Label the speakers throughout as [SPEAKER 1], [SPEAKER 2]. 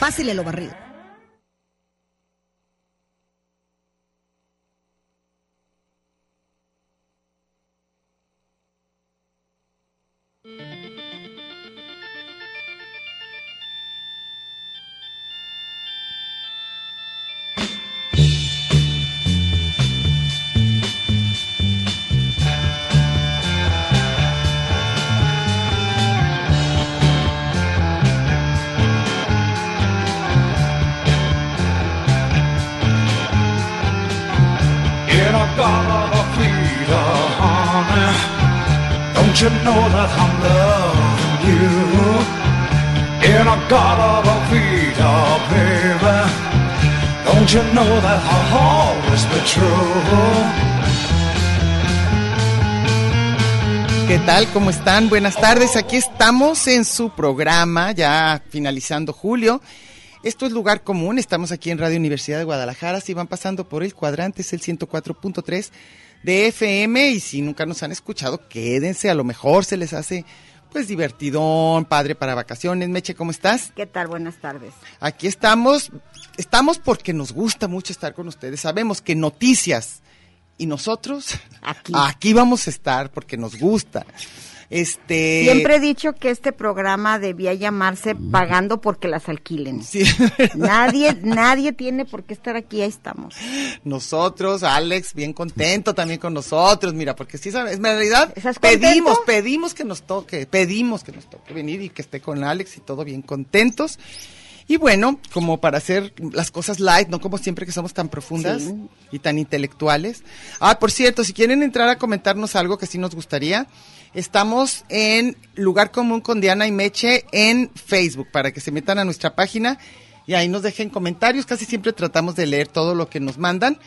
[SPEAKER 1] Pásele lo barrido.
[SPEAKER 2] In a gobble of Peter, honey. Don't you know that I'm loving you? In a gobble of Peter, baby. Don't you know that I'll always be true?
[SPEAKER 3] ¿Qué tal? ¿Cómo están? Buenas tardes. Aquí estamos en su programa, ya finalizando julio. Esto es Lugar Común. Estamos aquí en Radio Universidad de Guadalajara. Si van pasando por el cuadrante, es el 104.3 de FM. Y si nunca nos han escuchado, quédense. A lo mejor se les hace, pues, divertidón, padre para vacaciones. Meche, ¿cómo estás?
[SPEAKER 4] ¿Qué tal? Buenas tardes.
[SPEAKER 3] Aquí estamos, estamos porque nos gusta mucho estar con ustedes. Sabemos que noticias y nosotros
[SPEAKER 4] Aquí.
[SPEAKER 3] vamos a estar porque nos gusta. Este
[SPEAKER 1] Eh,
[SPEAKER 4] Siempre he dicho que este programa debía llamarse Pagando porque las alquilen.
[SPEAKER 3] sí, es verdad.
[SPEAKER 4] Nadie, nadie tiene por qué estar aquí, ahí estamos.
[SPEAKER 3] nosotros, Alex, bien contento también con nosotros, mira, porque sí sabes, en realidad
[SPEAKER 4] ¿Estás contento?
[SPEAKER 3] pedimos, pedimos que nos toque, pedimos que nos toque venir y que esté con Alex y todo bien contentos. Y bueno, como para hacer las cosas light, no como siempre que somos tan profundas
[SPEAKER 4] Sí.
[SPEAKER 3] y tan intelectuales. Ah, por cierto, si quieren entrar a comentarnos algo que sí nos gustaría, estamos en Lugar Común con Diana y Meche en Facebook para que se metan a nuestra página y ahí nos dejen comentarios. Casi siempre tratamos de leer todo lo que nos mandan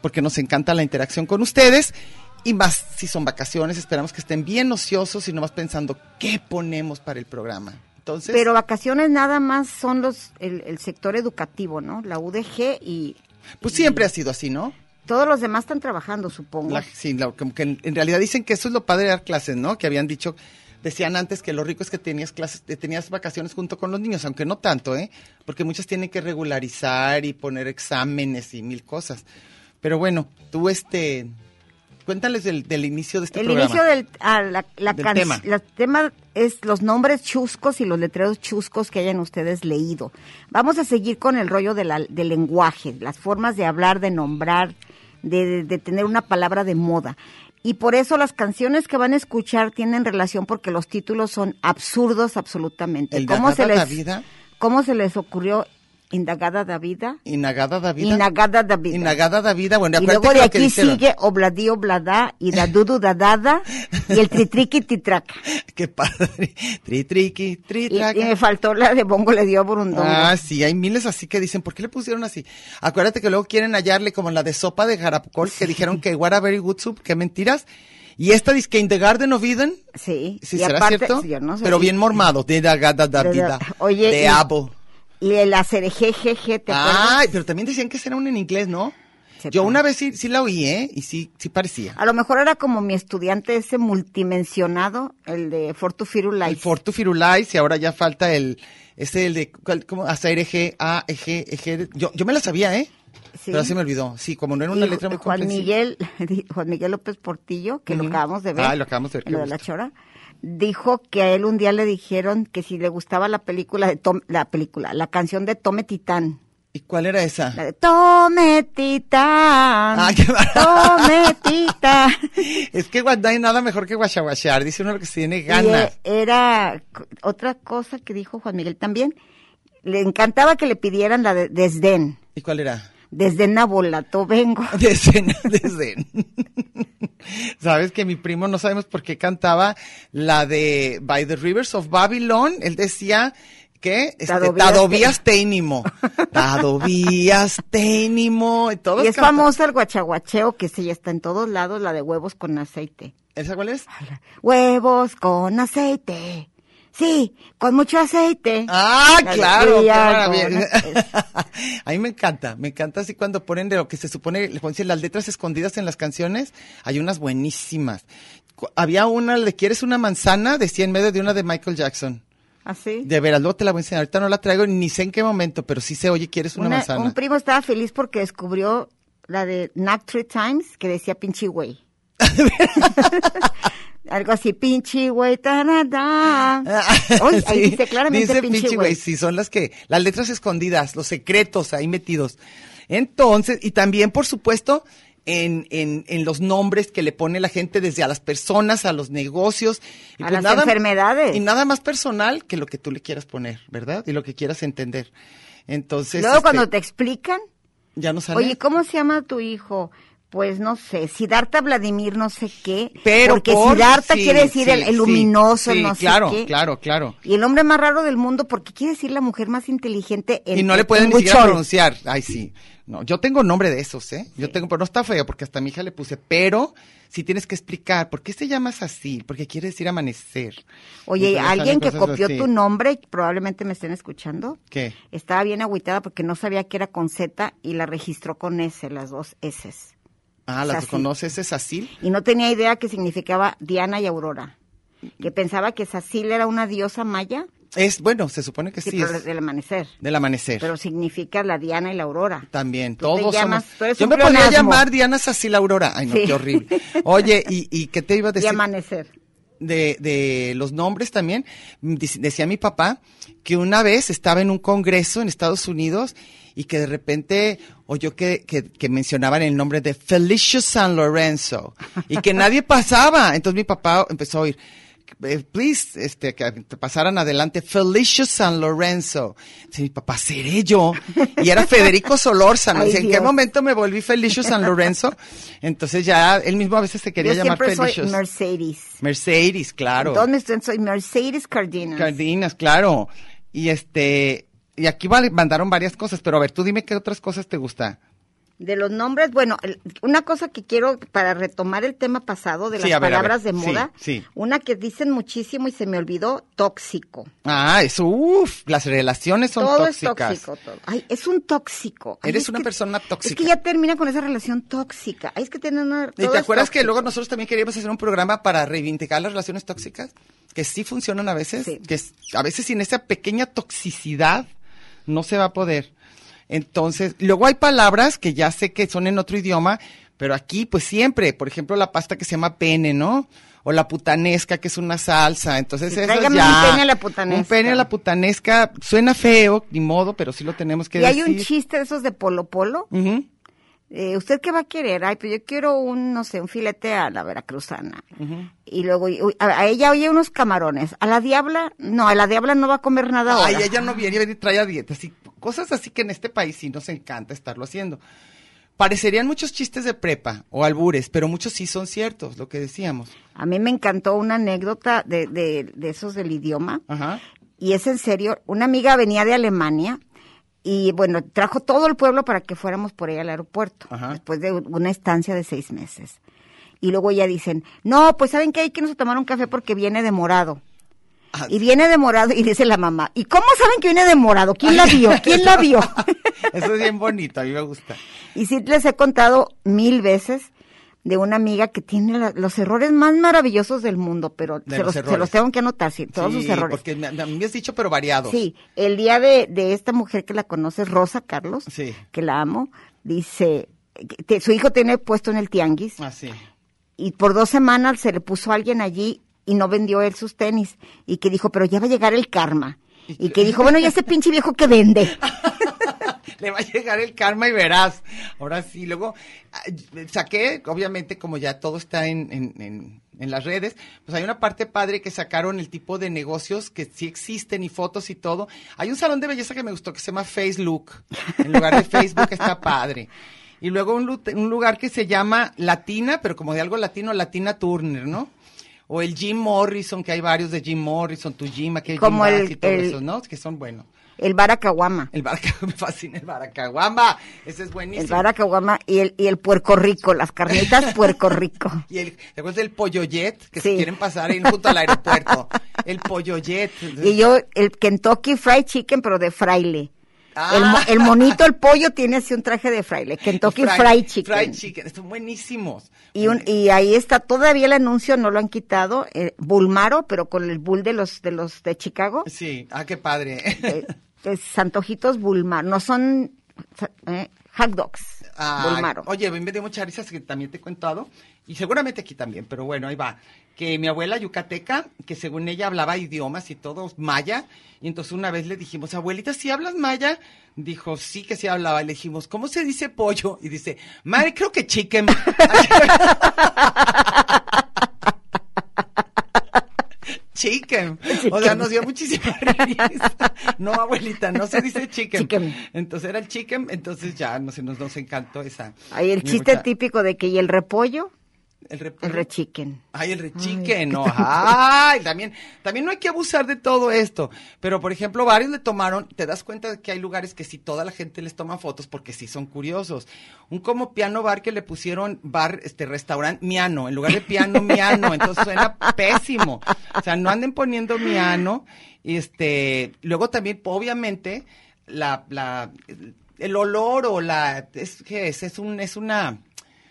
[SPEAKER 3] porque nos encanta la interacción con ustedes. Y más si son vacaciones, esperamos que estén bien ociosos y no más pensando qué ponemos para el programa. Entonces,
[SPEAKER 4] Pero vacaciones nada más son los el, el sector educativo, ¿no? La UDG y
[SPEAKER 3] pues siempre ha sido así, ¿no?
[SPEAKER 4] todos los demás están trabajando, supongo.
[SPEAKER 3] La- este sí, la- como que en, en realidad dicen que eso es lo padre de dar clases, ¿no? Que habían dicho, decían antes que lo rico es que tenías clases, eh, tenías vacaciones junto con los niños, aunque no tanto, ¿eh? Porque muchas tienen que regularizar y poner exámenes y mil cosas. Pero bueno, tú este, cuéntales del, del inicio de este
[SPEAKER 4] el
[SPEAKER 3] programa.
[SPEAKER 4] inicio del a la, la
[SPEAKER 3] Del
[SPEAKER 4] can-
[SPEAKER 3] tema.
[SPEAKER 4] la tema es los nombres chuscos y los letreros chuscos que hayan ustedes leído. Vamos a seguir con el rollo de la- del lenguaje, las formas de hablar, de nombrar, de, de- de tener una palabra de moda. Y por eso las canciones que van a escuchar tienen relación porque los títulos son absurdos absolutamente.
[SPEAKER 3] El
[SPEAKER 4] ¿Cómo se,
[SPEAKER 3] Dagada
[SPEAKER 4] les,
[SPEAKER 3] da vida.
[SPEAKER 4] ¿Cómo se les ocurrió Indagada da vida?
[SPEAKER 3] Inagada Davida.
[SPEAKER 4] Inagada da vida.
[SPEAKER 3] Inagada Davida.
[SPEAKER 4] Y
[SPEAKER 3] Bueno, acuérdate
[SPEAKER 4] luego de
[SPEAKER 3] lo que
[SPEAKER 4] aquí
[SPEAKER 3] dijeron.
[SPEAKER 4] sigue Obladí Oblada y Dadudu Dadada y el Tritriqui Titraca.
[SPEAKER 3] Qué padre. Tri, triqui, tri,
[SPEAKER 4] Y,
[SPEAKER 3] traca.
[SPEAKER 4] y me faltó la de Bongo le dio a Burundongo.
[SPEAKER 3] Ah, sí, hay miles así que dicen, ¿por qué le pusieron así? Acuérdate que luego quieren hallarle como la de sopa de Jarapcol, que dijeron que what a very good soup, qué mentiras. Y esta dice que in the garden of Eden,
[SPEAKER 4] sí.
[SPEAKER 3] sí,
[SPEAKER 4] Y
[SPEAKER 3] será
[SPEAKER 4] aparte,
[SPEAKER 3] cierto,
[SPEAKER 4] sí, yo no sé
[SPEAKER 3] pero
[SPEAKER 4] si-
[SPEAKER 3] bien mormado, de da, ga, da, da,
[SPEAKER 4] De
[SPEAKER 3] di,
[SPEAKER 4] da-
[SPEAKER 3] da.
[SPEAKER 4] Oye, y-
[SPEAKER 3] de abo.
[SPEAKER 4] Y el acerejejeje, ¿te acuerdas?
[SPEAKER 3] Ay, pero también decían que ese era un en inglés, ¿no?
[SPEAKER 4] Se parece.
[SPEAKER 3] Yo una vez sí, sí la oí, ¿eh? Y sí, sí parecía.
[SPEAKER 4] A lo mejor era como mi estudiante ese multimensionado, el de Fortu
[SPEAKER 3] El Fortu Firulais y ahora ya falta el, ese el de, ¿cuál- ¿cómo? Hacer eje, a, eje, eje. Yo, yo me la sabía, ¿eh? Pero se me olvidó. Sí, como no era una
[SPEAKER 4] Y
[SPEAKER 3] letra muy
[SPEAKER 4] Juan
[SPEAKER 3] comprensible.
[SPEAKER 4] Miguel, Juan Miguel López Portillo, que lo
[SPEAKER 3] Ujú.
[SPEAKER 4] acabamos de ver.
[SPEAKER 3] Ah, lo acabamos de ver, qué
[SPEAKER 4] Lo de la
[SPEAKER 3] gusto.
[SPEAKER 4] chora. Dijo que a él un día le dijeron que si le gustaba la película de Tom, la película, la canción de Tome Titán.
[SPEAKER 3] ¿Y cuál era esa?
[SPEAKER 4] La de, tome titán.
[SPEAKER 3] Ah, qué bar-
[SPEAKER 4] tome titán.
[SPEAKER 3] Es que gua- no hay nada mejor que guachaguachar, dice uno lo que se tiene ganas.
[SPEAKER 4] Y, eh, era c- otra cosa que dijo Juan Miguel también. Le encantaba que le pidieran la de desdén.
[SPEAKER 3] ¿Y cuál era?
[SPEAKER 4] Desdén a volato vengo.
[SPEAKER 3] Desdén, desdén. Sabes que mi primo no sabemos por qué cantaba la de By the Rivers of Babylon. Él decía que este,
[SPEAKER 4] Tadovías
[SPEAKER 3] Tadovías Teinimo. Tadovías Teinimo. Y todos
[SPEAKER 4] Y es
[SPEAKER 3] cantan-
[SPEAKER 4] famosa el guachaguacheo, que sí, está en todos lados, la de huevos con aceite.
[SPEAKER 3] ¿Esa cuál es?
[SPEAKER 4] Huevos con aceite. Sí, con mucho aceite.
[SPEAKER 3] Ah,
[SPEAKER 4] La de
[SPEAKER 3] claro, qué
[SPEAKER 4] día con
[SPEAKER 3] maravilla.
[SPEAKER 4] aceite.
[SPEAKER 3] A mí me encanta, me encanta así cuando ponen de lo que se supone, le ponen las letras escondidas en las canciones, hay unas buenísimas. Cu- Había una, ¿le quieres una manzana? Decía en medio de una de Michael Jackson.
[SPEAKER 4] Así.
[SPEAKER 3] De veras, luego te la voy a enseñar. Ahorita no la traigo ni sé en qué momento, pero sí se oye, ¿quieres una,
[SPEAKER 4] Una-
[SPEAKER 3] manzana?
[SPEAKER 4] un primo estaba feliz porque descubrió la de Knack Three Times, que decía pinche güey. Algo así, pinche güey, tarada. Oy, ahí
[SPEAKER 3] Ah, Sí,
[SPEAKER 4] dice claramente
[SPEAKER 3] dice
[SPEAKER 4] pinche
[SPEAKER 3] pinche
[SPEAKER 4] güey.
[SPEAKER 3] Sí, son las que, las letras escondidas, los secretos ahí metidos. Entonces, y también, por supuesto, en, en, en los nombres que le pone la gente desde a las personas, a los negocios. Y pues
[SPEAKER 4] A las enfermedades.
[SPEAKER 3] Y nada más personal que lo que tú le quieras poner, ¿verdad? Y lo que quieras entender. Entonces,
[SPEAKER 4] Luego
[SPEAKER 3] este,
[SPEAKER 4] cuando te explican,
[SPEAKER 3] ya no sale.
[SPEAKER 4] oye, ¿cómo se llama tu hijo? Pues no sé, Siddhartha Vladimir no sé qué.
[SPEAKER 3] pero
[SPEAKER 4] porque
[SPEAKER 3] por-
[SPEAKER 4] Siddhartha
[SPEAKER 3] sí,
[SPEAKER 4] quiere decir
[SPEAKER 3] sí,
[SPEAKER 4] el, el
[SPEAKER 3] sí,
[SPEAKER 4] luminoso,
[SPEAKER 3] sí,
[SPEAKER 4] no
[SPEAKER 3] claro,
[SPEAKER 4] sé qué.
[SPEAKER 3] Claro, claro,
[SPEAKER 4] Y el hombre más raro del mundo porque quiere decir la mujer más inteligente en
[SPEAKER 3] y no le
[SPEAKER 4] en
[SPEAKER 3] pueden ni siquiera
[SPEAKER 4] Huichol.
[SPEAKER 3] pronunciar. Ay, sí. No, yo tengo nombre de esos, ¿eh? Yo tengo, pero no está feo porque hasta a mi hija le puse, pero si tienes que explicar, ¿por qué te llamas así? Porque quiere decir amanecer.
[SPEAKER 4] Oye,
[SPEAKER 3] Entonces,
[SPEAKER 4] alguien
[SPEAKER 3] salen
[SPEAKER 4] que
[SPEAKER 3] cosas
[SPEAKER 4] copió
[SPEAKER 3] así.
[SPEAKER 4] tu nombre, y probablemente me estén escuchando,
[SPEAKER 3] ¿Qué?
[SPEAKER 4] estaba bien agüitada porque no sabía que era con Z y la registró con S, las dos S.
[SPEAKER 3] Ah, ¿las
[SPEAKER 4] Sacil.
[SPEAKER 3] conoces? ¿Es así?
[SPEAKER 4] Y no tenía idea que significaba Diana y Aurora. Que pensaba que Sacil era una diosa maya,
[SPEAKER 3] Es, bueno, se supone que
[SPEAKER 4] sí,
[SPEAKER 3] sí,
[SPEAKER 4] pero
[SPEAKER 3] es
[SPEAKER 4] del amanecer.
[SPEAKER 3] del amanecer.
[SPEAKER 4] Pero significa la Diana y la Aurora.
[SPEAKER 3] También,
[SPEAKER 4] Tú te
[SPEAKER 3] todos
[SPEAKER 4] llamas-
[SPEAKER 3] somos-
[SPEAKER 4] tú eres
[SPEAKER 3] Yo
[SPEAKER 4] un
[SPEAKER 3] me podría
[SPEAKER 4] pleonasmo.
[SPEAKER 3] llamar Diana Sacil Aurora. Ay, no,
[SPEAKER 4] Sí.
[SPEAKER 3] qué horrible. Oye, ¿y, y qué te iba a
[SPEAKER 4] Y
[SPEAKER 3] decir?
[SPEAKER 4] amanecer.
[SPEAKER 3] de, de los nombres también. Dice- Decía mi papá que una vez estaba en un congreso en Estados Unidos y que de repente oyó que, que, que mencionaban el nombre de Felicio San Lorenzo y que nadie pasaba. Entonces mi papá empezó a oír. eh, Please, este, que te pasaran adelante Felicio San Lorenzo. Dice, mi papá, seré yo. Y era Federico Solórzano.
[SPEAKER 4] Ay,
[SPEAKER 3] Dice, ¿en qué
[SPEAKER 4] Dios.
[SPEAKER 3] momento me volví Felicio San Lorenzo? Entonces ya él mismo a veces se quería
[SPEAKER 4] Yo
[SPEAKER 3] llamar
[SPEAKER 4] siempre soy
[SPEAKER 3] Felicio.
[SPEAKER 4] Mercedes.
[SPEAKER 3] Mercedes, claro.
[SPEAKER 4] ¿Dónde estoy? Soy Mercedes Cardenas.
[SPEAKER 3] Cardinas, claro. Y este, y aquí va- mandaron varias cosas, pero a ver, tú dime qué otras cosas te gusta.
[SPEAKER 4] De los nombres, bueno, el- una cosa que quiero para retomar el tema pasado de
[SPEAKER 3] Sí,
[SPEAKER 4] las
[SPEAKER 3] a ver, a
[SPEAKER 4] palabras
[SPEAKER 3] ver.
[SPEAKER 4] de
[SPEAKER 3] Sí,
[SPEAKER 4] moda,
[SPEAKER 3] sí.
[SPEAKER 4] una que dicen muchísimo y se me olvidó, tóxico.
[SPEAKER 3] Ah, eso, uff, las relaciones son
[SPEAKER 4] todo
[SPEAKER 3] tóxicas.
[SPEAKER 4] es tóxico, todo. Ay, es un tóxico. Ay,
[SPEAKER 3] Eres
[SPEAKER 4] es
[SPEAKER 3] una persona tóxica.
[SPEAKER 4] Es que ya termina con esa relación tóxica. Ay, es que tienen una.
[SPEAKER 3] ¿Y
[SPEAKER 4] todo
[SPEAKER 3] te
[SPEAKER 4] es
[SPEAKER 3] acuerdas que
[SPEAKER 4] tóxico.
[SPEAKER 3] luego nosotros también queríamos hacer un programa para reivindicar las relaciones tóxicas? Que sí funcionan a veces,
[SPEAKER 4] Sí.
[SPEAKER 3] que es- a veces sin esa pequeña toxicidad no se va a poder. Entonces, luego hay palabras que ya sé que son en otro idioma, pero aquí pues siempre, por ejemplo, la pasta que se llama pene, ¿no? O la putanesca, que es una salsa. Entonces,
[SPEAKER 4] Sí,
[SPEAKER 3] esas
[SPEAKER 4] tráigame
[SPEAKER 3] ya-
[SPEAKER 4] un pene a la putanesca.
[SPEAKER 3] Un pene a la putanesca suena feo, ni modo, pero sí lo tenemos que
[SPEAKER 4] Y
[SPEAKER 3] decir.
[SPEAKER 4] hay un chiste de esos de Polo Polo.
[SPEAKER 3] Ujú.
[SPEAKER 4] Eh, ¿Usted qué va a querer? Ay, pues yo quiero un, no sé, un filete a la veracruzana. Y luego, uy, a, a ella oye unos camarones. A la diabla, no, a la diabla no va a comer nada ahora.
[SPEAKER 3] Ay, ella no viene y trae a dieta. Así, cosas así que en este país sí nos encanta estarlo haciendo. Parecerían muchos chistes de prepa o albures, pero muchos sí son ciertos, lo que decíamos.
[SPEAKER 4] A mí me encantó una anécdota de, de, de esos del idioma.
[SPEAKER 3] Ajá.
[SPEAKER 4] Y es en serio, una amiga venía de Alemania y bueno, trajo todo el pueblo para que fuéramos por ella al aeropuerto,
[SPEAKER 3] Ajá.
[SPEAKER 4] después de una estancia de seis meses. Y luego ya dicen, no, pues ¿saben qué? Hay que nos tomar un café porque viene demorado.
[SPEAKER 3] Ah,
[SPEAKER 4] Y viene demorado y dice la mamá, ¿y cómo saben que viene demorado? ¿Quién la vio? ¿Quién la vio?
[SPEAKER 3] Eso es bien bonito, a mí me gusta.
[SPEAKER 4] Y sí les he contado mil veces de una amiga que tiene la- los errores más maravillosos del mundo, pero
[SPEAKER 3] De
[SPEAKER 4] se,
[SPEAKER 3] los
[SPEAKER 4] los, se
[SPEAKER 3] errores.
[SPEAKER 4] los tengo que anotar, sí, todos
[SPEAKER 3] Sí,
[SPEAKER 4] sus errores.
[SPEAKER 3] Porque me, me- me has dicho, pero variados.
[SPEAKER 4] Sí, el día de, de esta mujer que la conoces, Rosa Carlos,
[SPEAKER 3] Sí.
[SPEAKER 4] que la amo, dice, que te- su hijo tiene puesto en el tianguis
[SPEAKER 3] Así.
[SPEAKER 4] y por dos semanas se le puso alguien allí y no vendió él sus tenis y que dijo, pero ya va a llegar el karma. Y que dijo, bueno, ya ese pinche viejo que vende.
[SPEAKER 3] le va a llegar el karma y verás. Ahora sí, luego ah, saqué, obviamente, como ya todo está en, en- en- en las redes, pues hay una parte padre que sacaron el tipo de negocios que sí existen y fotos y todo. Hay un salón de belleza que me gustó que se llama Face Look. En lugar de Facebook está padre. Y luego un, lu- un lugar que se llama Latina, pero como de algo latino, Latina Turner, ¿no? O el Jim Morrison, que hay varios de Jim Morrison, tu Jim, aquel Jim
[SPEAKER 4] Como el-
[SPEAKER 3] Bass y todo
[SPEAKER 4] el-
[SPEAKER 3] eso, ¿no? Que son buenos.
[SPEAKER 4] El Baracahuama.
[SPEAKER 3] El Baracaguamba, me fascina el Baracaguamba. Ese es buenísimo.
[SPEAKER 4] El Baracahuama y el, y el Puerco Rico, las carnitas Puerco Rico.
[SPEAKER 3] Y el, ¿te acuerdas del Pollojet? Que
[SPEAKER 4] Sí.
[SPEAKER 3] se quieren pasar ahí junto al aeropuerto. El Pollojet.
[SPEAKER 4] Y yo, el Kentucky Fried Chicken, pero de fraile.
[SPEAKER 3] Ah.
[SPEAKER 4] El, mo- el monito, el pollo, tiene así un traje de fraile. Kentucky Fried Chicken.
[SPEAKER 3] Fried Chicken, están buenísimos.
[SPEAKER 4] Y, un- y ahí está todavía el anuncio, no lo han quitado, eh, Bulmaro, pero con el bull de los de los de Chicago.
[SPEAKER 3] Sí, ah, qué padre.
[SPEAKER 4] Eh, es Santojitos Bulmaro, no son eh, hot dogs,
[SPEAKER 3] Ah,
[SPEAKER 4] Bulmaro.
[SPEAKER 3] Oye, a mí me dio mucha risa que también te he contado, y seguramente aquí también, pero bueno, ahí va. Que mi abuela yucateca, que según ella hablaba idiomas y todo, maya, y entonces una vez le dijimos, abuelita, ¿sí hablas maya? Dijo, sí que sí hablaba. Y le dijimos, ¿cómo se dice pollo? Y dice, madre, creo que chicken. chicken. O sea,
[SPEAKER 4] Chicken.
[SPEAKER 3] nos dio muchísima risa. No, abuelita, no se dice chicken.
[SPEAKER 4] Chicken.
[SPEAKER 3] Entonces era el chicken, entonces ya no sé, nos, nos encantó esa.
[SPEAKER 4] Ahí el
[SPEAKER 3] Mi
[SPEAKER 4] chiste
[SPEAKER 3] abuelita-
[SPEAKER 4] típico de que y el repollo,
[SPEAKER 3] El
[SPEAKER 4] el
[SPEAKER 3] repollo.
[SPEAKER 4] rechiquen.
[SPEAKER 3] Ay, el rechique, no. Ay, también, también no hay que abusar de todo esto. Pero, por ejemplo, varios le tomaron, te das cuenta de que hay lugares que sí toda la gente les toma fotos porque sí son curiosos. Un como piano bar que le pusieron bar, este, restaurante miano, en lugar de piano miano, entonces suena pésimo. O sea, no anden poniendo miano. Y este, luego también, obviamente, la, la, el olor o la, es, ¿qué es? Es un, es una,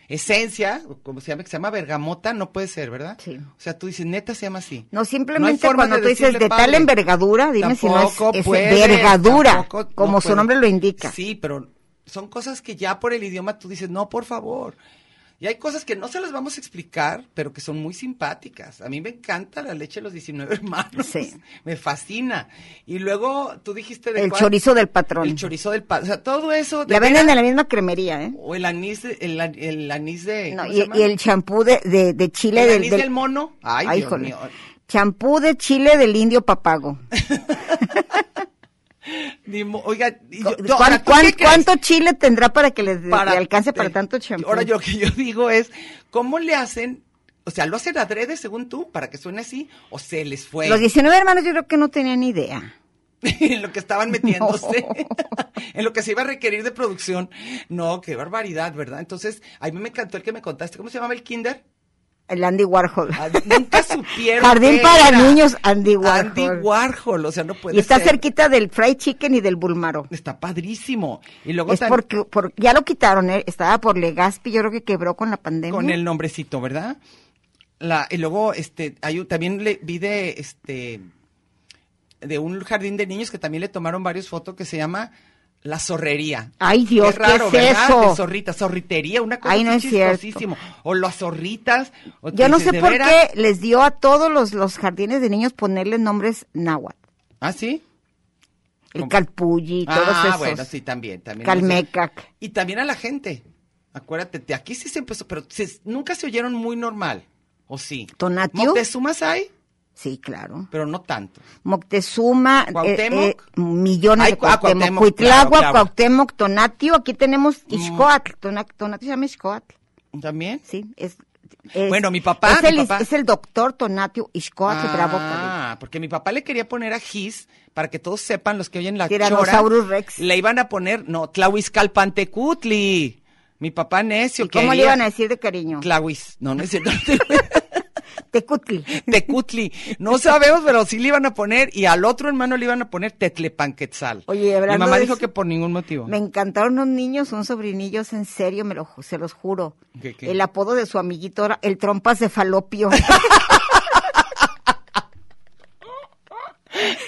[SPEAKER 3] esencia, o como se llama, que se llama bergamota, no puede ser, ¿verdad?
[SPEAKER 4] Sí.
[SPEAKER 3] O sea, tú dices, neta se llama así.
[SPEAKER 4] No,
[SPEAKER 3] hay
[SPEAKER 4] simplemente
[SPEAKER 3] forma
[SPEAKER 4] cuando tú dices
[SPEAKER 3] decirle
[SPEAKER 4] de tal
[SPEAKER 3] padre.
[SPEAKER 4] envergadura, dime si no es-
[SPEAKER 3] Tampoco
[SPEAKER 4] es vergadura,
[SPEAKER 3] tampoco-
[SPEAKER 4] como su
[SPEAKER 3] puede.
[SPEAKER 4] nombre lo indica.
[SPEAKER 3] Sí, pero son cosas que ya por el idioma tú dices, no, por favor. Y hay cosas que no se las vamos a explicar, pero que son muy simpáticas. A mí me encanta la leche de los 19 hermanos.
[SPEAKER 4] Sí.
[SPEAKER 3] Me fascina. Y luego tú dijiste de
[SPEAKER 4] El
[SPEAKER 3] cuál-
[SPEAKER 4] chorizo del patrón.
[SPEAKER 3] El chorizo del patrón. O sea, todo eso. de
[SPEAKER 4] La
[SPEAKER 3] veras-
[SPEAKER 4] venden en la misma cremería, ¿eh?
[SPEAKER 3] o el anís, de- el, an- el anís de.
[SPEAKER 4] No,
[SPEAKER 3] ¿cómo
[SPEAKER 4] y,
[SPEAKER 3] se llama?
[SPEAKER 4] y el champú de, de, de chile
[SPEAKER 3] ¿El
[SPEAKER 4] del-
[SPEAKER 3] anís
[SPEAKER 4] del-
[SPEAKER 3] del mono? Ay, Dios
[SPEAKER 4] híjole.
[SPEAKER 3] mío.
[SPEAKER 4] Champú de chile del indio papago.
[SPEAKER 3] Ni mo- Oiga, y yo-
[SPEAKER 4] ¿Cuán-
[SPEAKER 3] no, ahora, ¿tú
[SPEAKER 4] cuán-
[SPEAKER 3] qué crees?
[SPEAKER 4] ¿Cuánto chile tendrá para que les
[SPEAKER 3] Para-
[SPEAKER 4] le alcance para
[SPEAKER 3] eh,
[SPEAKER 4] tanto champú?
[SPEAKER 3] Ahora, yo, lo que yo digo es, ¿cómo le hacen? O sea, ¿lo hacen adrede, según tú, para que suene así? ¿O se les fue
[SPEAKER 4] Los 19 hermanos yo creo que no tenían idea.
[SPEAKER 3] en lo que estaban metiéndose? en lo que se iba a requerir de producción. No, qué barbaridad, ¿verdad? Entonces, a mí me encantó el que me contaste. ¿Cómo se llamaba el kinder?
[SPEAKER 4] El Andy Warhol.
[SPEAKER 3] Ah, Nunca supieron.
[SPEAKER 4] Jardín
[SPEAKER 3] qué
[SPEAKER 4] para
[SPEAKER 3] era.
[SPEAKER 4] niños, Andy Warhol.
[SPEAKER 3] Andy Warhol, o sea, no puede
[SPEAKER 4] y está
[SPEAKER 3] ser.
[SPEAKER 4] cerquita del fried chicken y del bulmaro.
[SPEAKER 3] Está padrísimo. Y luego
[SPEAKER 4] Es
[SPEAKER 3] tan-
[SPEAKER 4] porque por- ya lo quitaron, ¿eh? estaba por Legaspi, yo creo que quebró con la pandemia.
[SPEAKER 3] con el nombrecito, ¿verdad? La, y luego, este, hay un- también le vi de, este, de un jardín de niños que también le tomaron varias fotos que se llama La Zorrería.
[SPEAKER 4] Ay, Dios, ¿qué,
[SPEAKER 3] raro,
[SPEAKER 4] es
[SPEAKER 3] ¿verdad?
[SPEAKER 4] eso?
[SPEAKER 3] De zorrita, zorritería, una cosa
[SPEAKER 4] Ay, no
[SPEAKER 3] así
[SPEAKER 4] es cierto.
[SPEAKER 3] chistosísimo. O las zorritas. o
[SPEAKER 4] Yo
[SPEAKER 3] tú
[SPEAKER 4] no
[SPEAKER 3] dices,
[SPEAKER 4] sé
[SPEAKER 3] ¿de
[SPEAKER 4] por
[SPEAKER 3] veras?
[SPEAKER 4] qué les dio a todos los, los jardines de niños ponerles nombres náhuatl.
[SPEAKER 3] ¿Ah, sí?
[SPEAKER 4] El
[SPEAKER 3] ¿Cómo?
[SPEAKER 4] calpulli, todos
[SPEAKER 3] ah,
[SPEAKER 4] esos.
[SPEAKER 3] bueno, sí, también. también
[SPEAKER 4] Calmecac.
[SPEAKER 3] Y también a la gente. Acuérdate, te- aquí sí se empezó, pero se- nunca se oyeron muy normal. ¿O sí?
[SPEAKER 4] Tonatiuh.
[SPEAKER 3] Montezumas hay,
[SPEAKER 4] Sí, claro.
[SPEAKER 3] pero no tanto.
[SPEAKER 4] Moctezuma,
[SPEAKER 3] Cuauhtémoc.
[SPEAKER 4] eh, eh, millones
[SPEAKER 3] Ay,
[SPEAKER 4] de
[SPEAKER 3] cu- ah,
[SPEAKER 4] Cuauhtémoc,
[SPEAKER 3] Cuauhtémoc,
[SPEAKER 4] Cuitláhuac,
[SPEAKER 3] claro, Mm. claro.
[SPEAKER 4] Cuauhtémoc, Tonatio, aquí tenemos Ixcoatl, Tona- Tonatio se llama Ixcoatl,
[SPEAKER 3] ¿También?
[SPEAKER 4] sí, es, es-
[SPEAKER 3] Bueno, mi papá,
[SPEAKER 4] es
[SPEAKER 3] mi
[SPEAKER 4] el,
[SPEAKER 3] papá.
[SPEAKER 4] es el doctor Tonatio Ixcoatl Bravo Padilla.
[SPEAKER 3] Ah, porque mi papá le quería poner a Gis para que todos sepan los que oyen la
[SPEAKER 4] Tyrannosaurus
[SPEAKER 3] chora,
[SPEAKER 4] Rex.
[SPEAKER 3] Le iban a poner, no, Tlahuizcalpantecutli. Mi papá necio.
[SPEAKER 4] ¿Y cómo le
[SPEAKER 3] quería-
[SPEAKER 4] iban a decir de cariño?
[SPEAKER 3] Tlahuiz. No, no es cierto.
[SPEAKER 4] Tecutli.
[SPEAKER 3] Tecutli. No sabemos, pero sí le iban a poner. Y al otro hermano le iban a poner Tetlepanquetzal.
[SPEAKER 4] Oye, hablando
[SPEAKER 3] Mi mamá
[SPEAKER 4] de
[SPEAKER 3] dijo
[SPEAKER 4] eso-
[SPEAKER 3] que por ningún motivo.
[SPEAKER 4] Me encantaron unos niños, unos sobrinillos, en serio, me lo, ju- se los juro.
[SPEAKER 3] ¿Qué, qué?
[SPEAKER 4] El apodo de su amiguito era el trompas de falopio.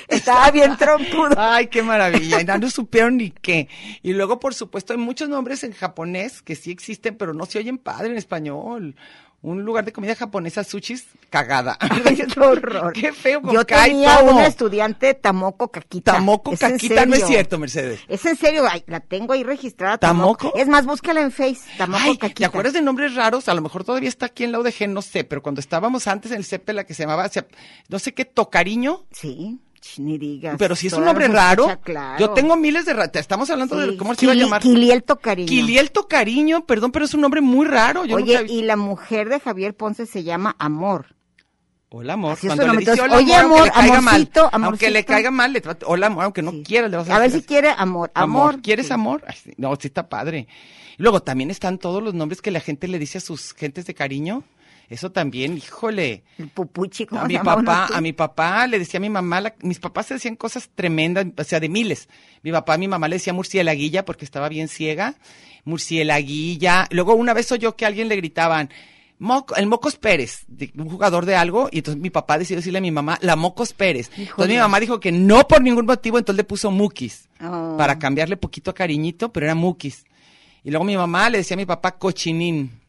[SPEAKER 4] Estaba bien trompudo.
[SPEAKER 3] Ay, qué maravilla. Y no supieron ni qué. Y luego, por supuesto, hay muchos nombres en japonés que sí existen, pero no se oyen padre en español. un lugar de comida japonesa, sushis, cagada.
[SPEAKER 4] Ay, qué horror.
[SPEAKER 3] Qué feo con
[SPEAKER 4] Yo
[SPEAKER 3] K y
[SPEAKER 4] tenía
[SPEAKER 3] todo.
[SPEAKER 4] una estudiante Tamoco Caquita.
[SPEAKER 3] Tamoco
[SPEAKER 4] Es en
[SPEAKER 3] caquita, no es
[SPEAKER 4] serio.
[SPEAKER 3] cierto, Mercedes.
[SPEAKER 4] Es en serio, ay, la tengo ahí registrada. Tamoco.
[SPEAKER 3] ¿Tamoco?
[SPEAKER 4] Es más, búscala en Face. Tamoco
[SPEAKER 3] Ay,
[SPEAKER 4] Caquita.
[SPEAKER 3] ¿te acuerdas de nombres raros? A lo mejor todavía está aquí en la UDG, no sé, pero cuando estábamos antes en el CEPE, la que se llamaba, se- no sé qué, Tocariño,
[SPEAKER 4] Sí, ch, ni digas.
[SPEAKER 3] pero si es un
[SPEAKER 4] Todavía
[SPEAKER 3] nombre
[SPEAKER 4] se
[SPEAKER 3] raro,
[SPEAKER 4] escucha, claro.
[SPEAKER 3] yo tengo miles de raros, estamos hablando de
[SPEAKER 4] Sí,
[SPEAKER 3] cómo se iba a
[SPEAKER 4] Quili-
[SPEAKER 3] llamar.
[SPEAKER 4] Quiliel Tocariño.
[SPEAKER 3] Quiliel Tocariño, perdón, pero es un nombre muy raro. Yo
[SPEAKER 4] Oye,
[SPEAKER 3] nunca vi-
[SPEAKER 4] y la mujer de Javier Ponce se llama Amor.
[SPEAKER 3] Hola amor,
[SPEAKER 4] Así es
[SPEAKER 3] cuando
[SPEAKER 4] su
[SPEAKER 3] le
[SPEAKER 4] nombre.
[SPEAKER 3] dice hola
[SPEAKER 4] Entonces,
[SPEAKER 3] amor,
[SPEAKER 4] oye,
[SPEAKER 3] aunque le
[SPEAKER 4] amor,
[SPEAKER 3] caiga mal,
[SPEAKER 4] amorcito,
[SPEAKER 3] aunque le
[SPEAKER 4] amorcito.
[SPEAKER 3] caiga mal, le trata, hola amor, aunque no
[SPEAKER 4] Sí.
[SPEAKER 3] quiera, le vas a,
[SPEAKER 4] a ver
[SPEAKER 3] decir
[SPEAKER 4] si quiere Amor. Amor.
[SPEAKER 3] ¿Quieres
[SPEAKER 4] sí.
[SPEAKER 3] amor? Ay, sí. No, sí está padre. Y Luego también están todos los nombres que la gente le dice a sus gentes de cariño. Eso también, híjole.
[SPEAKER 4] El pupuchi, ¿cómo
[SPEAKER 3] A
[SPEAKER 4] se
[SPEAKER 3] mi
[SPEAKER 4] llamaba uno
[SPEAKER 3] papá,
[SPEAKER 4] tú?
[SPEAKER 3] a mi papá le decía a mi mamá, la- mis papás se decían cosas tremendas, o sea, de miles. Mi papá a mi mamá le decía murcielaguilla porque estaba bien ciega, murcielaguilla. Luego una vez oyó que a alguien le gritaban, "Moco- el Mocos Pérez, de- un jugador de algo, y entonces mi papá decidió decirle a mi mamá, la Mocos Pérez.
[SPEAKER 4] Híjole.
[SPEAKER 3] Entonces mi mamá dijo que no por ningún motivo, entonces le puso Mukis,
[SPEAKER 4] Oh.
[SPEAKER 3] para cambiarle poquito a cariñito, pero era Mukis. Y luego mi mamá le decía a mi papá cochinín.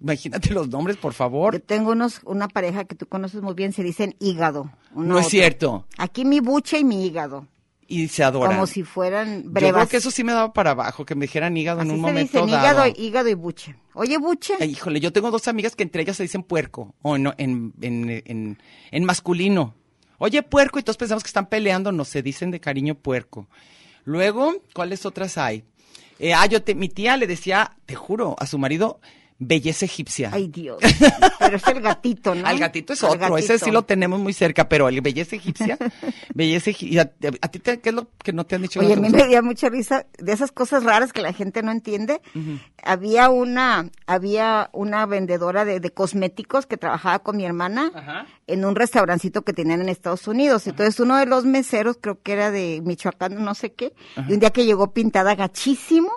[SPEAKER 3] Imagínate los nombres, por favor.
[SPEAKER 4] Yo tengo unos, una pareja que tú conoces muy bien, se dicen hígado. uno
[SPEAKER 3] No
[SPEAKER 4] a
[SPEAKER 3] es
[SPEAKER 4] otro.
[SPEAKER 3] cierto.
[SPEAKER 4] Aquí mi buche y mi hígado.
[SPEAKER 3] Y se adoran.
[SPEAKER 4] Como si fueran
[SPEAKER 3] Yo
[SPEAKER 4] brevas.
[SPEAKER 3] creo que eso sí me daba para abajo, que me dijeran hígado
[SPEAKER 4] Así
[SPEAKER 3] en un
[SPEAKER 4] se
[SPEAKER 3] momento
[SPEAKER 4] dicen,
[SPEAKER 3] dado.
[SPEAKER 4] hígado, hígado y buche. Oye, buche.
[SPEAKER 3] Ay, híjole, yo tengo dos amigas que entre ellas se dicen puerco, o no, en, en, en, en masculino. Oye, puerco, y todos pensamos que están peleando, no, se dicen de cariño puerco. Luego, ¿cuáles otras hay? Eh, ah, yo te- mi tía le decía, te juro, a su marido, belleza egipcia.
[SPEAKER 4] Ay, Dios. Pero es el gatito, ¿no?
[SPEAKER 3] Al gatito es
[SPEAKER 4] Al
[SPEAKER 3] otro, ese
[SPEAKER 4] gatito.
[SPEAKER 3] sí lo tenemos muy cerca, pero el belleza egipcia, belleza egipcia, ¿a ti te- qué es lo que no te han dicho? que
[SPEAKER 4] Oye, a
[SPEAKER 3] no te
[SPEAKER 4] mí
[SPEAKER 3] gusta?
[SPEAKER 4] me dio mucha risa de esas cosas raras que la gente no entiende. Había una había una vendedora de, de cosméticos que trabajaba con mi hermana
[SPEAKER 3] Ajá.
[SPEAKER 4] en un restaurancito que tenían en Estados Unidos. Entonces uno de los meseros, creo que era de Michoacán, no sé qué, y un día que llegó pintada gachísimo,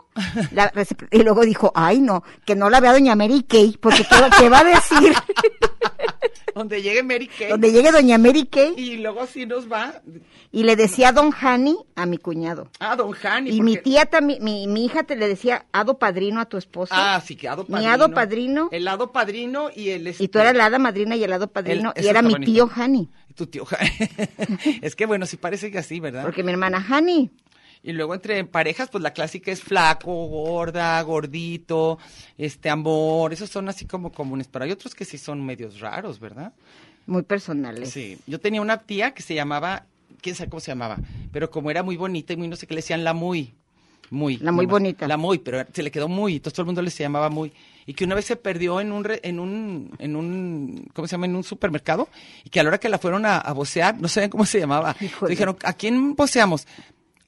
[SPEAKER 4] la recep- y luego dijo, ay no, que no la vea doña Mary Kay, porque ¿qué, va- qué va a decir?
[SPEAKER 3] Donde llegue Mary Kay.
[SPEAKER 4] Donde llegue doña Mary Kay.
[SPEAKER 3] Y luego así nos va.
[SPEAKER 4] Y le decía don Hani a mi cuñado.
[SPEAKER 3] Ah, don Jani.
[SPEAKER 4] Y mi tía también, mi, mi hija te le decía hado padrino a tu esposo.
[SPEAKER 3] Ah, sí, que hado
[SPEAKER 4] Mi
[SPEAKER 3] padrino.
[SPEAKER 4] hado padrino.
[SPEAKER 3] El hado padrino y el... este-
[SPEAKER 4] y tú eras la hada madrina y el hado padrino.
[SPEAKER 3] El-
[SPEAKER 4] y
[SPEAKER 3] eso
[SPEAKER 4] era
[SPEAKER 3] está
[SPEAKER 4] mi
[SPEAKER 3] bonito.
[SPEAKER 4] tío Hani.
[SPEAKER 3] Tu tío Jani. es que bueno, sí parece que así, ¿verdad?
[SPEAKER 4] Porque mi hermana Hani.
[SPEAKER 3] Y luego entre parejas, pues la clásica es flaco, gorda, gordito, este, amor. Esos son así como comunes, pero hay otros que sí son medios raros, ¿verdad?
[SPEAKER 4] Muy eh. personales.
[SPEAKER 3] Sí, yo tenía una tía que se llamaba, quién sabe cómo se llamaba, pero como era muy bonita y muy no sé qué, le decían la muy, muy.
[SPEAKER 4] La muy
[SPEAKER 3] nomás,
[SPEAKER 4] bonita.
[SPEAKER 3] La muy, pero se le quedó muy, entonces todo el mundo le se llamaba muy. Y que una vez se perdió en un, re- en un, en un, ¿cómo se llama? En un supermercado y que a la hora que la fueron a, a vocear, no sabían cómo se llamaba.
[SPEAKER 4] Híjole.
[SPEAKER 3] Dijeron, ¿a quién voceamos?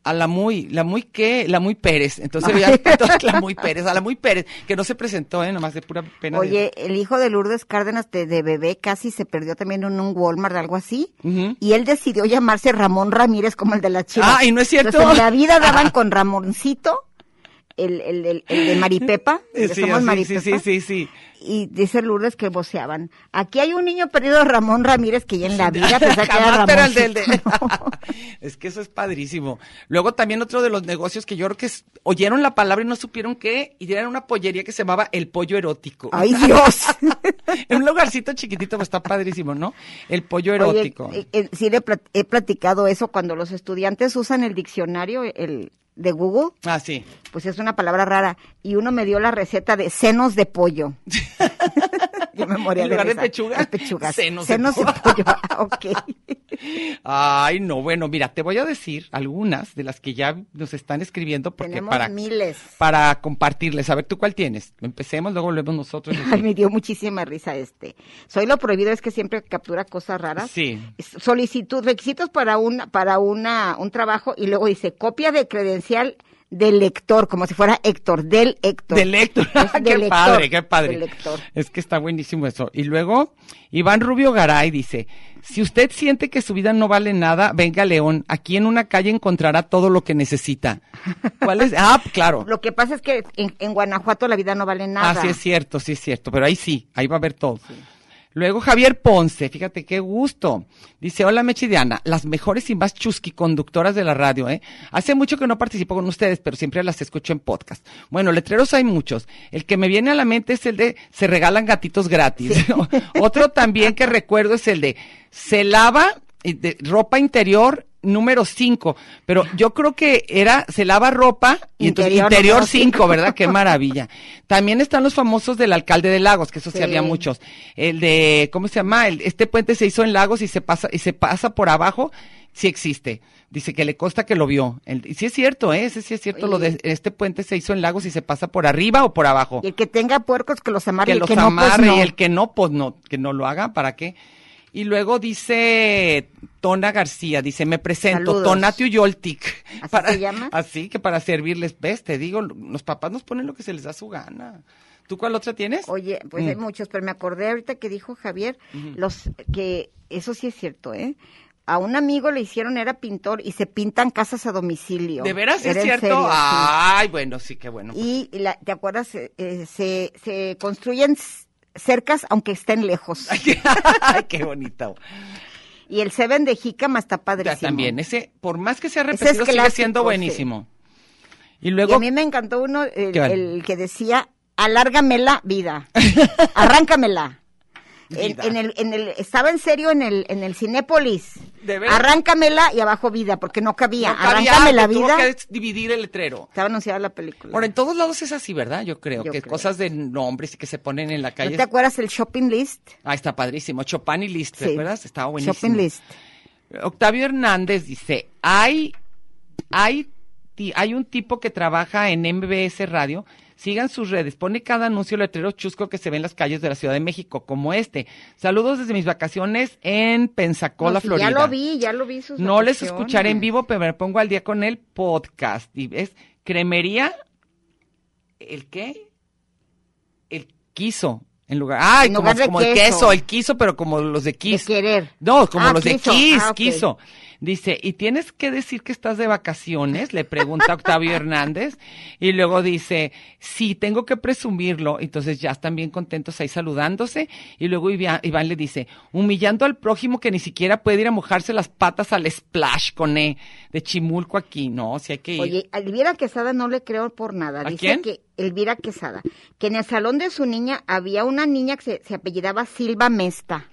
[SPEAKER 3] A la muy, la muy qué, la muy Pérez. Entonces, ya, entonces, la muy Pérez, a la muy Pérez, que no se presentó, ¿eh? Nomás de pura pena. de-
[SPEAKER 4] Oye, el hijo de Lourdes Cárdenas de, de bebé casi se perdió también en un Walmart, algo así.
[SPEAKER 3] Ujú.
[SPEAKER 4] Y él decidió llamarse Ramón Ramírez como el de la chiva.
[SPEAKER 3] Ah, ¿y no es cierto?
[SPEAKER 4] Entonces, en la vida daban con Ramoncito, el, el, el, el de Maripepa. el de
[SPEAKER 3] Sí,
[SPEAKER 4] Somos
[SPEAKER 3] así, sí,
[SPEAKER 4] Maripepa.
[SPEAKER 3] sí, sí, sí.
[SPEAKER 4] Y dice Lourdes que voceaban. Aquí hay un niño perdido, Ramón Ramírez, que ya en la vida pensaba que era
[SPEAKER 3] Jamás era el del-
[SPEAKER 4] Ramoncito.
[SPEAKER 3] es que eso es padrísimo. Luego también otro de los negocios que yo creo que es- oyeron la palabra y no supieron qué, y dieron una pollería que se llamaba El Pollo Erótico.
[SPEAKER 4] ¡Ay, Dios!
[SPEAKER 3] en un lugarcito chiquitito, pues está padrísimo, ¿no? El Pollo Erótico.
[SPEAKER 4] Oye, eh, eh, sí le plat- he platicado eso cuando los estudiantes usan el diccionario el de Google,
[SPEAKER 3] ah, sí.
[SPEAKER 4] pues es una palabra rara. Y uno me dio la receta de senos de pollo. Yo me moría
[SPEAKER 3] ¿En
[SPEAKER 4] de
[SPEAKER 3] lugar de
[SPEAKER 4] risa.
[SPEAKER 3] pechuga?
[SPEAKER 4] Las pechugas.
[SPEAKER 3] Senos de
[SPEAKER 4] senos de
[SPEAKER 3] pollo.
[SPEAKER 4] pollo. Ah, ok.
[SPEAKER 3] Ay, no, bueno, mira, te voy a decir algunas de las que ya nos están escribiendo porque
[SPEAKER 4] Tenemos
[SPEAKER 3] para,
[SPEAKER 4] miles.
[SPEAKER 3] para compartirles. A ver, ¿tú cuál tienes? Empecemos, luego volvemos nosotros.
[SPEAKER 4] Ay, me dio muchísima risa este. Soy lo prohibido, es que siempre captura cosas raras.
[SPEAKER 3] Sí.
[SPEAKER 4] Solicitud, requisitos para una, para una, un trabajo y luego dice copia de credencial del lector, como si fuera Héctor, del Héctor.
[SPEAKER 3] De lector.
[SPEAKER 4] Es
[SPEAKER 3] qué
[SPEAKER 4] de lector,
[SPEAKER 3] padre, qué
[SPEAKER 4] de
[SPEAKER 3] padre.
[SPEAKER 4] lector.
[SPEAKER 3] Es que está buenísimo eso. Y luego, Iván Rubio Garay dice, si usted siente que su vida no vale nada, venga a León, aquí en una calle encontrará todo lo que necesita. ¿Cuál es? Ah, claro.
[SPEAKER 4] Lo que pasa es que en, en Guanajuato la vida no vale nada.
[SPEAKER 3] Ah, sí es cierto, sí es cierto, pero ahí sí, ahí va a haber todo. Luego Javier Ponce, fíjate qué gusto. Dice, hola Mechi y Diana, las mejores y más chusqui conductoras de la radio, ¿eh? Hace mucho que no participo con ustedes, pero siempre las escucho en podcast. Bueno, letreros hay muchos. El que me viene a la mente es el de se regalan gatitos gratis. Otro también que recuerdo es el de se lava eh, de ropa interior número 5, pero yo creo que era se lava ropa y entonces
[SPEAKER 4] Interior
[SPEAKER 3] interior
[SPEAKER 4] número
[SPEAKER 3] 5, ¿verdad? Qué maravilla. También están los famosos del alcalde de Lagos, que eso sí,
[SPEAKER 4] Sí.
[SPEAKER 3] había muchos. El de ¿cómo se llama? El- este puente se hizo en Lagos y se pasa y se pasa por abajo, sí existe. Dice que le consta que lo vio. El- y sí es cierto, ¿eh? ese sí es cierto lo de este puente se hizo en Lagos y se pasa por arriba o por abajo
[SPEAKER 4] Y el que tenga puercos que los amarre
[SPEAKER 3] que
[SPEAKER 4] y el
[SPEAKER 3] los
[SPEAKER 4] que no, pues
[SPEAKER 3] amarre
[SPEAKER 4] no.
[SPEAKER 3] y el que no, pues no, que no lo haga, ¿para qué? Y luego dice Tona García, dice, me presento,
[SPEAKER 4] Saludos.
[SPEAKER 3] Tona Tuyoltic.
[SPEAKER 4] ¿Así se llama?
[SPEAKER 3] Así que para servirles, ves, te digo, los papás nos ponen lo que se les da su gana. ¿Tú cuál otra tienes?
[SPEAKER 4] Oye, pues
[SPEAKER 3] Mm.
[SPEAKER 4] hay muchos, pero me acordé ahorita que dijo Javier, los que eso sí es cierto, ¿eh? A un amigo le hicieron, era pintor, y se pintan casas a domicilio.
[SPEAKER 3] ¿De veras
[SPEAKER 4] Era
[SPEAKER 3] es
[SPEAKER 4] en
[SPEAKER 3] cierto?
[SPEAKER 4] serio,
[SPEAKER 3] Ah,
[SPEAKER 4] sí.
[SPEAKER 3] Ay, bueno, sí, qué bueno.
[SPEAKER 4] Y la- ¿te acuerdas? Eh, eh, se, se construyen s- cercas aunque estén lejos.
[SPEAKER 3] Ay, qué bonito.
[SPEAKER 4] Y el Seven de Jícama está
[SPEAKER 3] Ya,
[SPEAKER 4] padrísimo.
[SPEAKER 3] también, ese, por más que sea
[SPEAKER 4] Ese es
[SPEAKER 3] repetido, sigue
[SPEAKER 4] clásico,
[SPEAKER 3] siendo
[SPEAKER 4] sí.
[SPEAKER 3] buenísimo. Y
[SPEAKER 4] y
[SPEAKER 3] luego,
[SPEAKER 4] a mí me encantó uno, el,
[SPEAKER 3] ¿Qué vale?
[SPEAKER 4] el que decía, alárgamela vida, arráncamela. En,
[SPEAKER 3] Vida.
[SPEAKER 4] en el, en el, estaba en serio en el, en el Cinépolis.
[SPEAKER 3] ¿De veras?
[SPEAKER 4] Arráncamela y abajo vida, porque no cabía.
[SPEAKER 3] no cabía,
[SPEAKER 4] Arráncame la
[SPEAKER 3] que tuvo
[SPEAKER 4] vida.
[SPEAKER 3] que dividir el letrero.
[SPEAKER 4] Estaba anunciada la película.
[SPEAKER 3] Ahora, en todos lados es así, ¿verdad? Yo creo
[SPEAKER 4] Yo
[SPEAKER 3] que
[SPEAKER 4] creo.
[SPEAKER 3] cosas de nombres y que se ponen en la
[SPEAKER 4] ¿No
[SPEAKER 3] calle.
[SPEAKER 4] te acuerdas el shopping list?
[SPEAKER 3] Ah, está padrísimo. Chopin y List, ¿te
[SPEAKER 4] Sí.
[SPEAKER 3] acuerdas? Estaba buenísimo.
[SPEAKER 4] Shopping list.
[SPEAKER 3] Octavio Hernández dice, hay, hay, ti- hay un tipo que trabaja en MBS Radio, sigan sus redes, pone cada anuncio letrero chusco que se ve en las calles de la Ciudad de México, como este. Saludos desde mis vacaciones en Pensacola,
[SPEAKER 4] No, sí,
[SPEAKER 3] Florida.
[SPEAKER 4] Ya lo vi, ya lo vi. sus
[SPEAKER 3] No les
[SPEAKER 4] vacaciones.
[SPEAKER 3] escucharé en vivo, pero me pongo al día con el podcast. Y ves, cremería, ¿el qué? El quiso, en lugar. Ay,
[SPEAKER 4] En
[SPEAKER 3] como,
[SPEAKER 4] lugar de
[SPEAKER 3] como el
[SPEAKER 4] queso.
[SPEAKER 3] queso, el quiso, pero como los de
[SPEAKER 4] De
[SPEAKER 3] Kiss.
[SPEAKER 4] querer.
[SPEAKER 3] No, como
[SPEAKER 4] Ah,
[SPEAKER 3] los de
[SPEAKER 4] quiso.
[SPEAKER 3] Kiss,
[SPEAKER 4] Ah, ok.
[SPEAKER 3] quiso. Dice, ¿y tienes que decir que estás de vacaciones? Le pregunta Octavio Hernández. Y luego dice, sí, tengo que presumirlo. Entonces ya están bien contentos ahí saludándose. Y luego Ivia- Iván le dice, humillando al prójimo que ni siquiera puede ir a mojarse las patas al splash con E de Chimulco aquí. No, si hay que ir.
[SPEAKER 4] Oye, a Elvira Quesada no le creo por nada.
[SPEAKER 3] ¿A
[SPEAKER 4] Dice
[SPEAKER 3] quién?
[SPEAKER 4] que Elvira Quesada, que en el salón de su niña había una niña que se, se apellidaba Silva Mesta.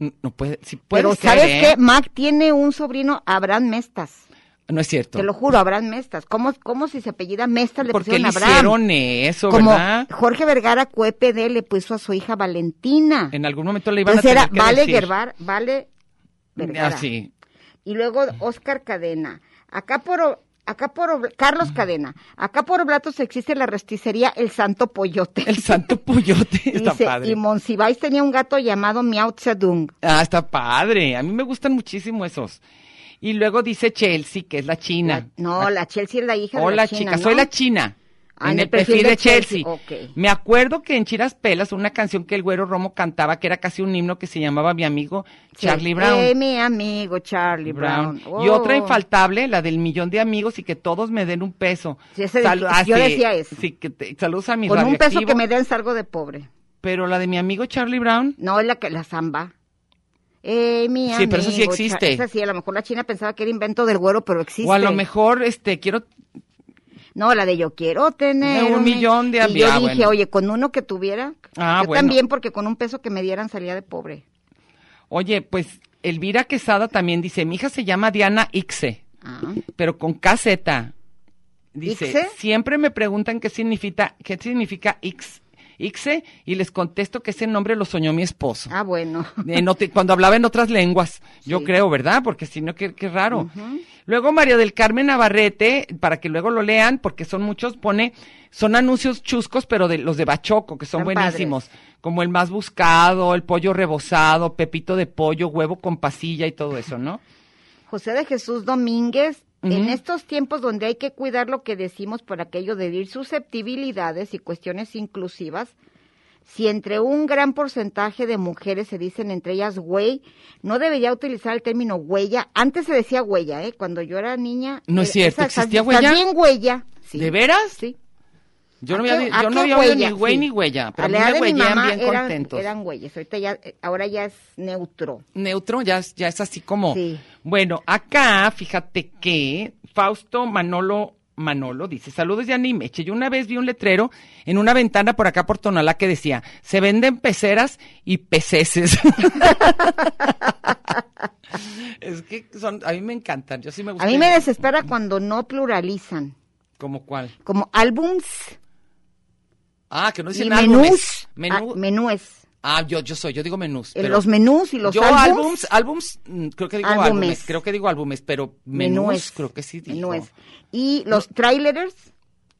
[SPEAKER 3] N- No puede, si puede
[SPEAKER 4] Pero
[SPEAKER 3] ser,
[SPEAKER 4] ¿sabes
[SPEAKER 3] ¿eh?
[SPEAKER 4] qué? Mac tiene un sobrino, Abraham Mestas.
[SPEAKER 3] No es cierto.
[SPEAKER 4] Te lo juro, Abraham Mestas. ¿Cómo, cómo si se apellida Mestas le
[SPEAKER 3] Porque
[SPEAKER 4] pusieron
[SPEAKER 3] le
[SPEAKER 4] a Abraham?
[SPEAKER 3] hicieron eso,
[SPEAKER 4] Como
[SPEAKER 3] ¿verdad?
[SPEAKER 4] Jorge Vergara Cuepd le puso a su hija Valentina.
[SPEAKER 3] En algún momento le iban
[SPEAKER 4] Entonces
[SPEAKER 3] a tener
[SPEAKER 4] Pues era
[SPEAKER 3] que
[SPEAKER 4] Vale
[SPEAKER 3] decir.
[SPEAKER 4] Gervar, Vale Vergara.
[SPEAKER 3] Ah, sí.
[SPEAKER 4] Y luego Oscar Cadena. Acá por O- acá por Obl- Carlos Cadena. Acá por Oblatos existe la resticería El Santo Pollote.
[SPEAKER 3] El santo puyote está
[SPEAKER 4] Dice,
[SPEAKER 3] padre.
[SPEAKER 4] Y Monsiváis tenía un gato llamado Miau Tzedung.
[SPEAKER 3] Ah, está padre. A mí me gustan muchísimo esos. Y luego dice Chelsea, que es la
[SPEAKER 4] La-
[SPEAKER 3] china.
[SPEAKER 4] no, la Chelsea es la hija de
[SPEAKER 3] Ah. Hola,
[SPEAKER 4] la China,
[SPEAKER 3] chica.
[SPEAKER 4] ¿no?
[SPEAKER 3] Soy la china.
[SPEAKER 4] Ah, en el perfil de Chelsea, ok.
[SPEAKER 3] Me acuerdo que en Chiras Pelas, una canción que el güero Romo cantaba, que era casi un himno que se llamaba Mi amigo
[SPEAKER 4] Sí.
[SPEAKER 3] Charlie Brown.
[SPEAKER 4] Eh, mi amigo Charlie Brown.
[SPEAKER 3] Y otra
[SPEAKER 4] Oh.
[SPEAKER 3] infaltable, la del millón de amigos y que todos me den un peso. ah,
[SPEAKER 4] Sí, ese de- yo decía eso.
[SPEAKER 3] sí, que te- saludos a mis
[SPEAKER 4] Con un peso que
[SPEAKER 3] radioactivos.
[SPEAKER 4] me den salgo de pobre.
[SPEAKER 3] Pero la de mi amigo Charlie Brown,
[SPEAKER 4] No, es la que la zamba. Eh, mi
[SPEAKER 3] Sí, pero esa sí
[SPEAKER 4] amigo,
[SPEAKER 3] existe.
[SPEAKER 4] cha- Esa sí, a lo mejor la China pensaba que era invento del güero, pero existe.
[SPEAKER 3] o a lo mejor, este, quiero
[SPEAKER 4] No, la de yo quiero tener
[SPEAKER 3] Un millón de
[SPEAKER 4] Y yo
[SPEAKER 3] amigos. Ah,
[SPEAKER 4] dije,
[SPEAKER 3] bueno.
[SPEAKER 4] oye, con uno que tuviera.
[SPEAKER 3] Ah,
[SPEAKER 4] yo
[SPEAKER 3] bueno.
[SPEAKER 4] también, porque con un peso que me dieran salía de pobre.
[SPEAKER 3] Oye, pues Elvira Quesada también dice, mi hija se llama Diana Ixe,
[SPEAKER 4] Ah.
[SPEAKER 3] pero con KZ. Dice,
[SPEAKER 4] ¿Ixe?
[SPEAKER 3] siempre me preguntan qué significa, qué significa Ix- Ixe y les contesto que ese nombre lo soñó mi esposo.
[SPEAKER 4] Ah, bueno.
[SPEAKER 3] En ot- cuando hablaba en otras lenguas, yo
[SPEAKER 4] Sí.
[SPEAKER 3] creo, ¿verdad? Porque si no, qué, qué raro. Luego María del Carmen Navarrete, para que luego lo lean, porque son muchos, pone, son anuncios chuscos, pero de los de Bachoco, que son
[SPEAKER 4] Están
[SPEAKER 3] buenísimos. Como el más buscado, el pollo rebozado, pepito de pollo, huevo con pasilla y todo eso, ¿no?
[SPEAKER 4] José de Jesús Domínguez, en
[SPEAKER 3] Ujú.
[SPEAKER 4] estos tiempos donde hay que cuidar lo que decimos por aquello de herir susceptibilidades y cuestiones inclusivas, si entre un gran porcentaje de mujeres se dicen entre ellas güey, no debería utilizar el término huella. Antes se decía huella, ¿eh? Cuando yo era niña.
[SPEAKER 3] No es
[SPEAKER 4] eh,
[SPEAKER 3] cierto, ¿existía
[SPEAKER 4] estás- estás
[SPEAKER 3] huella?
[SPEAKER 4] bien huella. Sí.
[SPEAKER 3] ¿De veras?
[SPEAKER 4] Sí.
[SPEAKER 3] Yo no
[SPEAKER 4] ¿A
[SPEAKER 3] había,
[SPEAKER 4] qué-
[SPEAKER 3] yo
[SPEAKER 4] a
[SPEAKER 3] no
[SPEAKER 4] qué
[SPEAKER 3] había oído
[SPEAKER 4] huella?
[SPEAKER 3] ni güey
[SPEAKER 4] Sí.
[SPEAKER 3] ni huella, pero
[SPEAKER 4] A
[SPEAKER 3] a mí
[SPEAKER 4] la edad
[SPEAKER 3] me
[SPEAKER 4] de mi
[SPEAKER 3] huellean
[SPEAKER 4] mamá
[SPEAKER 3] bien
[SPEAKER 4] eran,
[SPEAKER 3] contentos.
[SPEAKER 4] Eran güeyes, ahorita ya, eh, ahora ya es neutro.
[SPEAKER 3] Neutro ya es, ya es así como...
[SPEAKER 4] Sí.
[SPEAKER 3] Bueno, acá, fíjate que Fausto Manolo... Manolo dice, saludos de Animeche. Yo una vez vi un letrero en una ventana por acá por Tonalá que decía, se venden peceras y peceses. es que son, a mí me encantan, yo sí me
[SPEAKER 4] A
[SPEAKER 3] gusta.
[SPEAKER 4] mí me desespera cuando no pluralizan,
[SPEAKER 3] ¿Como cuál?
[SPEAKER 4] como álbums
[SPEAKER 3] Ah, que no
[SPEAKER 4] y
[SPEAKER 3] dicen
[SPEAKER 4] menús.
[SPEAKER 3] álbumes. Menú-
[SPEAKER 4] Ah, menús.
[SPEAKER 3] Ah, yo, yo soy, yo digo menús.
[SPEAKER 4] Eh,
[SPEAKER 3] pero-
[SPEAKER 4] los menús y los
[SPEAKER 3] yo
[SPEAKER 4] álbums.
[SPEAKER 3] álbums, álbums, mm, creo que digo álbumes.
[SPEAKER 4] Álbumes.
[SPEAKER 3] creo que digo álbumes, pero menús, creo que sí digo.
[SPEAKER 4] Menús. Y los trailers,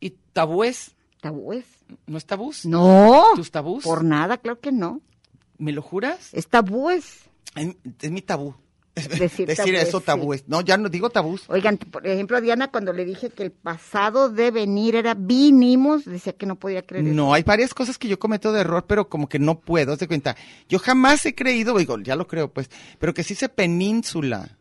[SPEAKER 3] ¿Y tabúes?
[SPEAKER 4] tabúes.
[SPEAKER 3] ¿No es tabús?
[SPEAKER 4] No.
[SPEAKER 3] ¿Tus tabús?
[SPEAKER 4] Por nada, claro que no.
[SPEAKER 3] ¿Me lo juras?
[SPEAKER 4] Es tabúes.
[SPEAKER 3] Es, es mi tabú.
[SPEAKER 4] Decir tabúes,
[SPEAKER 3] eso
[SPEAKER 4] sí.
[SPEAKER 3] tabúes. No, ya no digo tabús.
[SPEAKER 4] Oigan, por ejemplo, a Diana cuando le dije que el pasado de venir era vinimos, decía que no podía creer eso.
[SPEAKER 3] No, hay varias cosas que yo cometo de error, pero como que no puedo, haz de cuenta. Yo jamás he creído, digo, ya lo creo, pues, pero que sí dice península.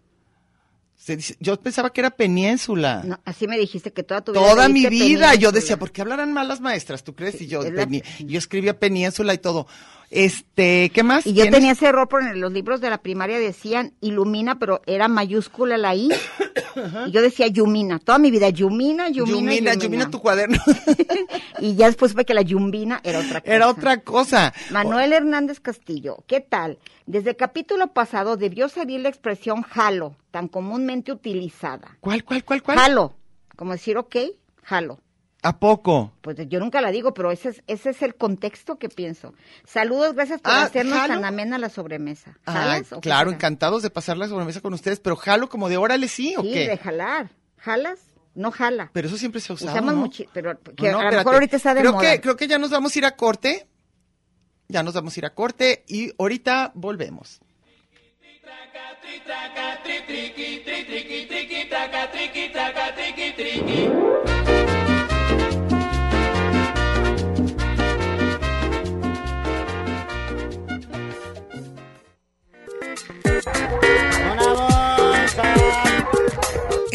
[SPEAKER 3] Se dice- yo pensaba que era península.
[SPEAKER 4] No, así me dijiste que toda tu vida.
[SPEAKER 3] Toda
[SPEAKER 4] le
[SPEAKER 3] mi
[SPEAKER 4] diste
[SPEAKER 3] vida. Yo
[SPEAKER 4] península.
[SPEAKER 3] decía, ¿por qué hablarán mal las maestras? ¿Tú crees? Y yo,
[SPEAKER 4] es la-
[SPEAKER 3] peni- yo escribía península y todo. Este, ¿qué más?
[SPEAKER 4] Y yo
[SPEAKER 3] tienes?
[SPEAKER 4] tenía ese error porque en los libros de la primaria decían ilumina, pero era mayúscula la I. y yo decía yumina. Toda mi vida, yumina, yumina. Yumina,
[SPEAKER 3] Yumina, Yumina, tu cuaderno.
[SPEAKER 4] y ya después fue que la yumbina era otra cosa.
[SPEAKER 3] Era otra cosa.
[SPEAKER 4] Manuel Hernández Castillo, ¿qué tal? Desde el capítulo pasado debió salir la expresión jalo, tan comúnmente utilizada.
[SPEAKER 3] ¿Cuál, cuál, cuál, cuál?
[SPEAKER 4] Jalo, como decir ok, jalo.
[SPEAKER 3] ¿A poco?
[SPEAKER 4] Pues yo nunca la digo, pero ese es, ese es el contexto que pienso. Saludos, gracias por
[SPEAKER 3] Ah,
[SPEAKER 4] hacernos
[SPEAKER 3] jalo.
[SPEAKER 4] tan amena la sobremesa.
[SPEAKER 3] Ah,
[SPEAKER 4] ¿Jalas o qué
[SPEAKER 3] claro,
[SPEAKER 4] será?
[SPEAKER 3] encantados de pasar la sobremesa con ustedes, pero jalo como de órale sí o
[SPEAKER 4] Sí,
[SPEAKER 3] qué.
[SPEAKER 4] de jalar. ¿Jalas? No jala.
[SPEAKER 3] Pero eso siempre se ha usado.
[SPEAKER 4] Usamos
[SPEAKER 3] ¿no?
[SPEAKER 4] muchi- pero que a
[SPEAKER 3] No, no,
[SPEAKER 4] lo
[SPEAKER 3] espérate.
[SPEAKER 4] mejor ahorita está de
[SPEAKER 3] creo
[SPEAKER 4] moda.
[SPEAKER 3] Que, creo que ya nos vamos a ir a corte. Ya nos vamos a ir a corte y ahorita volvemos.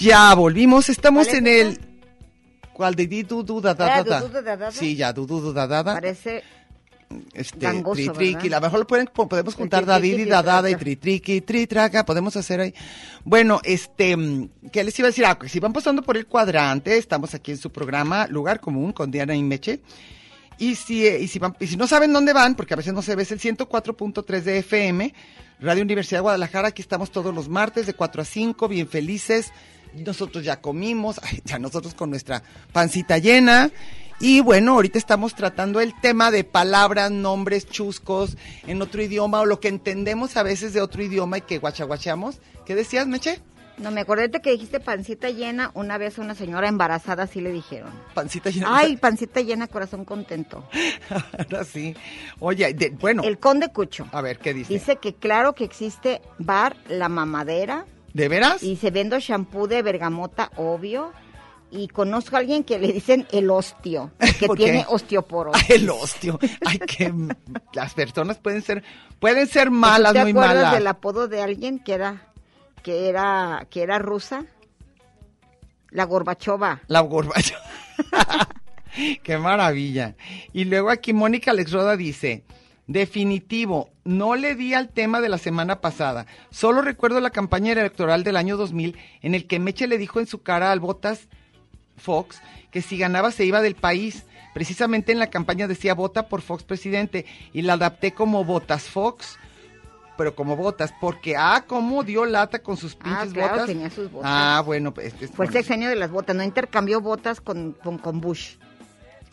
[SPEAKER 3] Ya volvimos, estamos
[SPEAKER 4] ¿Cuál
[SPEAKER 3] en
[SPEAKER 4] es
[SPEAKER 3] el... ¿Cuál? De di, du, du, da, da,
[SPEAKER 4] Ah,
[SPEAKER 3] da,
[SPEAKER 4] du, du, da, da, da.
[SPEAKER 3] Sí, ya, du, du, du, da, da, da.
[SPEAKER 4] Parece
[SPEAKER 3] Este,
[SPEAKER 4] gangoso,
[SPEAKER 3] tri, triqui,
[SPEAKER 4] ¿verdad?
[SPEAKER 3] a lo mejor lo pueden- po- podemos juntar
[SPEAKER 4] Triqui,
[SPEAKER 3] David y
[SPEAKER 4] triqui,
[SPEAKER 3] Dadada y
[SPEAKER 4] traca.
[SPEAKER 3] Tritriqui, Tritraca, podemos hacer ahí. Bueno, este, mm, ¿qué les iba a decir? Ah, que si van pasando por el cuadrante, estamos aquí en su programa Lugar Común con Diana y Meche. Y si, eh, y si, van- y si no saben dónde van, porque a veces no se ve, es el 104.3 de FM, Radio Universidad de Guadalajara, aquí estamos todos los martes de 4 a 5, bien felices. Nosotros ya comimos, ay, ya nosotros con nuestra pancita llena. Y bueno, ahorita estamos tratando el tema de palabras, nombres, chuscos en otro idioma o lo que entendemos a veces de otro idioma y que guachaguacheamos. ¿Qué decías, Meche?
[SPEAKER 4] No, me acordé de que dijiste pancita llena. Una vez a una señora embarazada así le dijeron.
[SPEAKER 3] Pancita llena.
[SPEAKER 4] Ay, pancita llena, corazón contento.
[SPEAKER 3] Ahora sí. Oye, de- bueno, Ah,
[SPEAKER 4] El conde Cucho.
[SPEAKER 3] a ver, ¿qué dice?
[SPEAKER 4] Dice que claro que existe bar La Mamadera
[SPEAKER 3] ¿De veras?
[SPEAKER 4] y se vende shampoo de bergamota, obvio. Y conozco a alguien que le dicen el ostio, que
[SPEAKER 3] ¿Por qué?
[SPEAKER 4] tiene osteoporosis.
[SPEAKER 3] El hostio. Ay, que las personas pueden ser, pueden ser malas,
[SPEAKER 4] ¿Te
[SPEAKER 3] muy
[SPEAKER 4] acuerdas
[SPEAKER 3] malas.
[SPEAKER 4] del apodo de alguien que era, que era, que era rusa? La Gorbachova.
[SPEAKER 3] La gorbacha. Qué maravilla. Y luego aquí Mónica Alex Roda dice, definitivo, no le di al tema de la semana pasada. Solo recuerdo la campaña electoral del año 2000 en el que Meche le dijo en su cara al Botas Fox que si ganaba se iba del país. Precisamente en la campaña decía vota por Fox presidente y la adapté como Botas Fox. Pero como botas, porque, ah, cómo dio lata con sus
[SPEAKER 4] Ah,
[SPEAKER 3] pinches
[SPEAKER 4] claro,
[SPEAKER 3] botas.
[SPEAKER 4] tenía sus botas.
[SPEAKER 3] Ah, bueno, pues. este es-
[SPEAKER 4] Fue el
[SPEAKER 3] bueno.
[SPEAKER 4] sexenio de las botas, no intercambió botas con, con, con Bush.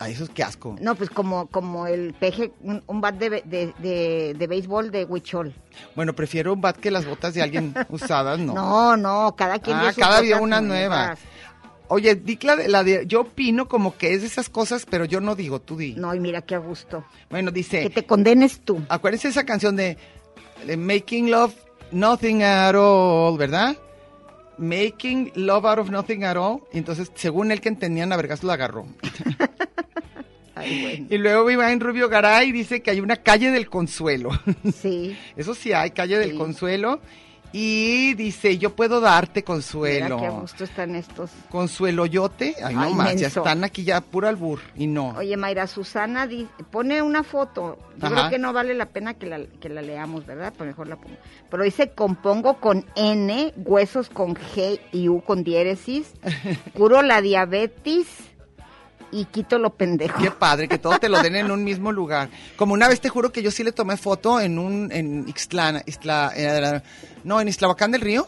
[SPEAKER 3] Ay, eso es qué asco.
[SPEAKER 4] No, pues como, como el peje, un, un bat de, be- de, de, de béisbol de Huichol.
[SPEAKER 3] Bueno, prefiero un bat que las botas de alguien usadas, no.
[SPEAKER 4] No, no, cada quien
[SPEAKER 3] Ah,
[SPEAKER 4] dio sus
[SPEAKER 3] cada día
[SPEAKER 4] botas
[SPEAKER 3] una nueva.
[SPEAKER 4] nuevas.
[SPEAKER 3] Oye, di la de, la de- yo opino como que es de esas cosas, pero yo no digo, tú di.
[SPEAKER 4] No, y mira qué a gusto.
[SPEAKER 3] Bueno, dice,
[SPEAKER 4] Que te condenes tú.
[SPEAKER 3] acuérdense esa canción de, de Making Love Nothing at All, ¿verdad? Making Love Out of Nothing at All. Entonces, según él que entendían, a vergas lo agarró.
[SPEAKER 4] Ay, bueno.
[SPEAKER 3] Y luego Iván Rubio Garay dice que hay una calle del consuelo.
[SPEAKER 4] Sí.
[SPEAKER 3] Eso sí hay, calle del
[SPEAKER 4] Sí.
[SPEAKER 3] consuelo. Y dice, yo puedo darte
[SPEAKER 4] Mira
[SPEAKER 3] consuelo.
[SPEAKER 4] qué a gusto están estos.
[SPEAKER 3] Consuelo Yote, ay, no
[SPEAKER 4] Ay,
[SPEAKER 3] más, ya
[SPEAKER 4] menso.
[SPEAKER 3] están aquí ya puro albur y no.
[SPEAKER 4] Oye, Mayra, Susana di- pone una foto. Yo
[SPEAKER 3] Ajá.
[SPEAKER 4] creo que no vale la pena que la, que la leamos, ¿verdad? Pero mejor la pongo. Pero dice, compongo con N, huesos con G y U con diéresis, curo la diabetes y quito lo pendejo.
[SPEAKER 3] Qué padre que todo te lo den en un mismo lugar. Como una vez te juro que yo sí le tomé foto en un en Ixtlán, Ixtla- eh, no, en Islahuacán del Río,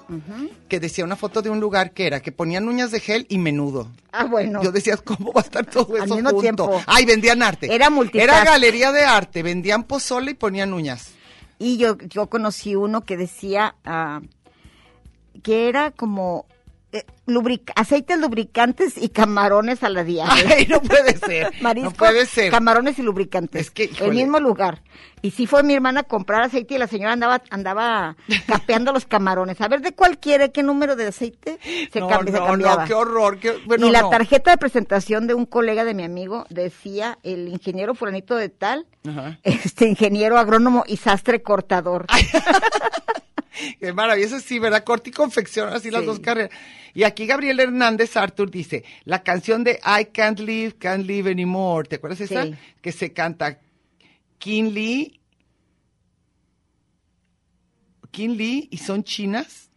[SPEAKER 3] que decía una foto de un lugar que era que ponían uñas de gel y menudo.
[SPEAKER 4] Ah, bueno.
[SPEAKER 3] Yo decía, ¿cómo va a estar todo
[SPEAKER 4] Al
[SPEAKER 3] eso
[SPEAKER 4] mismo
[SPEAKER 3] junto?
[SPEAKER 4] tiempo.
[SPEAKER 3] Ay, vendían arte.
[SPEAKER 4] Era multitask.
[SPEAKER 3] Era galería de arte, vendían pozole y ponían uñas.
[SPEAKER 4] Y yo, yo conocí uno que decía ah, que era como eh, lubric- aceites lubricantes y camarones a la diabetes.
[SPEAKER 3] Ay, no puede ser.
[SPEAKER 4] Mariscos,
[SPEAKER 3] no puede ser.
[SPEAKER 4] camarones y lubricantes.
[SPEAKER 3] Es que, híjole.
[SPEAKER 4] el mismo lugar. Y sí fue mi hermana a comprar aceite y la señora andaba andaba capeando los camarones. A ver de cuál quiere, qué número de aceite se,
[SPEAKER 3] no,
[SPEAKER 4] cambia- se
[SPEAKER 3] no,
[SPEAKER 4] cambiaba.
[SPEAKER 3] no, qué horror. qué- bueno,
[SPEAKER 4] y la
[SPEAKER 3] no.
[SPEAKER 4] tarjeta de presentación de un colega de mi amigo decía el ingeniero fulanito de tal,
[SPEAKER 3] Ajá.
[SPEAKER 4] este ingeniero agrónomo y sastre cortador.
[SPEAKER 3] Qué maravilla, eso sí, ¿verdad? Corte y confección, así las
[SPEAKER 4] Sí.
[SPEAKER 3] dos carreras. Y aquí Gabriel Hernández Arthur dice, la canción de I Can't Live, Can't Live Anymore, ¿te acuerdas esa?
[SPEAKER 4] Sí.
[SPEAKER 3] Que se canta King Lee, King Lee y son chinas.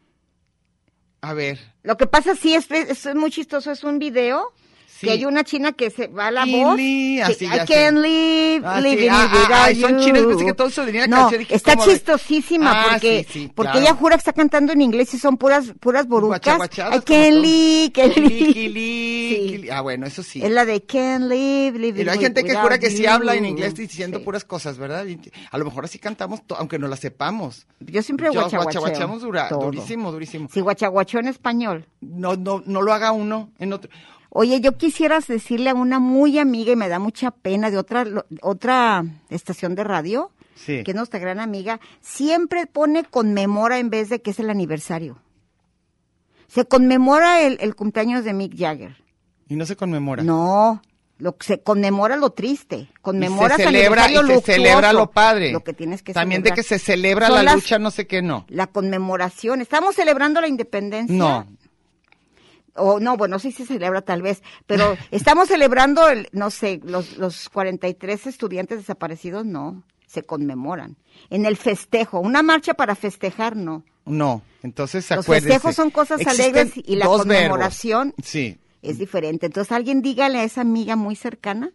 [SPEAKER 3] A ver,
[SPEAKER 4] Lo que pasa sí es, es, es muy chistoso, es un video
[SPEAKER 3] Sí.
[SPEAKER 4] que hay una china que se va a la
[SPEAKER 3] Kinley,
[SPEAKER 4] voz.
[SPEAKER 3] así,
[SPEAKER 4] que, I
[SPEAKER 3] ya sé.
[SPEAKER 4] can't live,
[SPEAKER 3] Ah,
[SPEAKER 4] live
[SPEAKER 3] sí,
[SPEAKER 4] in
[SPEAKER 3] ah, ah,
[SPEAKER 4] without
[SPEAKER 3] ah, son
[SPEAKER 4] you.
[SPEAKER 3] chinas, yo pensé que todo eso venía en la
[SPEAKER 4] No,
[SPEAKER 3] canción, dije,
[SPEAKER 4] está
[SPEAKER 3] ¿cómo de-
[SPEAKER 4] chistosísima
[SPEAKER 3] Ah,
[SPEAKER 4] porque,
[SPEAKER 3] sí, sí,
[SPEAKER 4] porque
[SPEAKER 3] claro.
[SPEAKER 4] ella jura que está cantando en inglés y son puras, puras borucas.
[SPEAKER 3] Guachaguachadas,
[SPEAKER 4] I can't
[SPEAKER 3] como todo.
[SPEAKER 4] live, can't
[SPEAKER 3] King Lee,
[SPEAKER 4] live.
[SPEAKER 3] King Lee,
[SPEAKER 4] Sí.
[SPEAKER 3] King Lee. Ah, bueno, eso sí.
[SPEAKER 4] Es la de can't live, live
[SPEAKER 3] Y luego hay
[SPEAKER 4] in
[SPEAKER 3] gente que
[SPEAKER 4] without
[SPEAKER 3] jura que sí
[SPEAKER 4] you.
[SPEAKER 3] habla en inglés diciendo
[SPEAKER 4] Sí.
[SPEAKER 3] puras cosas, ¿verdad? Y a lo mejor así cantamos, to- aunque no la sepamos.
[SPEAKER 4] Yo siempre
[SPEAKER 3] Yo
[SPEAKER 4] guachaguacheo.
[SPEAKER 3] guachaguacheamos dura-
[SPEAKER 4] todo.
[SPEAKER 3] durísimo, durísimo.
[SPEAKER 4] Sí, guachaguacheo en español.
[SPEAKER 3] No, no, no lo haga uno en otro.
[SPEAKER 4] Oye, yo quisiera decirle a una muy amiga y me da mucha pena de otra lo- otra estación de radio,
[SPEAKER 3] Sí.
[SPEAKER 4] que es nuestra gran amiga, siempre pone conmemora en vez de que es el aniversario. Se conmemora el, el cumpleaños de Mick Jagger.
[SPEAKER 3] Y no se conmemora.
[SPEAKER 4] No, lo que se conmemora lo triste, conmemora
[SPEAKER 3] y se celebra, y se celebra lo padre.
[SPEAKER 4] Lo que tienes que
[SPEAKER 3] También de
[SPEAKER 4] celebrar.
[SPEAKER 3] que se celebra
[SPEAKER 4] Son
[SPEAKER 3] la
[SPEAKER 4] las-
[SPEAKER 3] lucha, no sé qué, no.
[SPEAKER 4] la conmemoración. Estamos celebrando la independencia.
[SPEAKER 3] No.
[SPEAKER 4] O no, bueno, sí se celebra tal vez, pero estamos celebrando, el, no sé, los, los 43 estudiantes desaparecidos, no, se conmemoran. En el festejo, una marcha para festejar, no.
[SPEAKER 3] No, entonces
[SPEAKER 4] Los
[SPEAKER 3] acuérdense.
[SPEAKER 4] festejos son cosas
[SPEAKER 3] Existen
[SPEAKER 4] alegres y la
[SPEAKER 3] dos verbos.
[SPEAKER 4] conmemoración
[SPEAKER 3] Sí.
[SPEAKER 4] es diferente. Entonces alguien dígale a esa amiga muy cercana,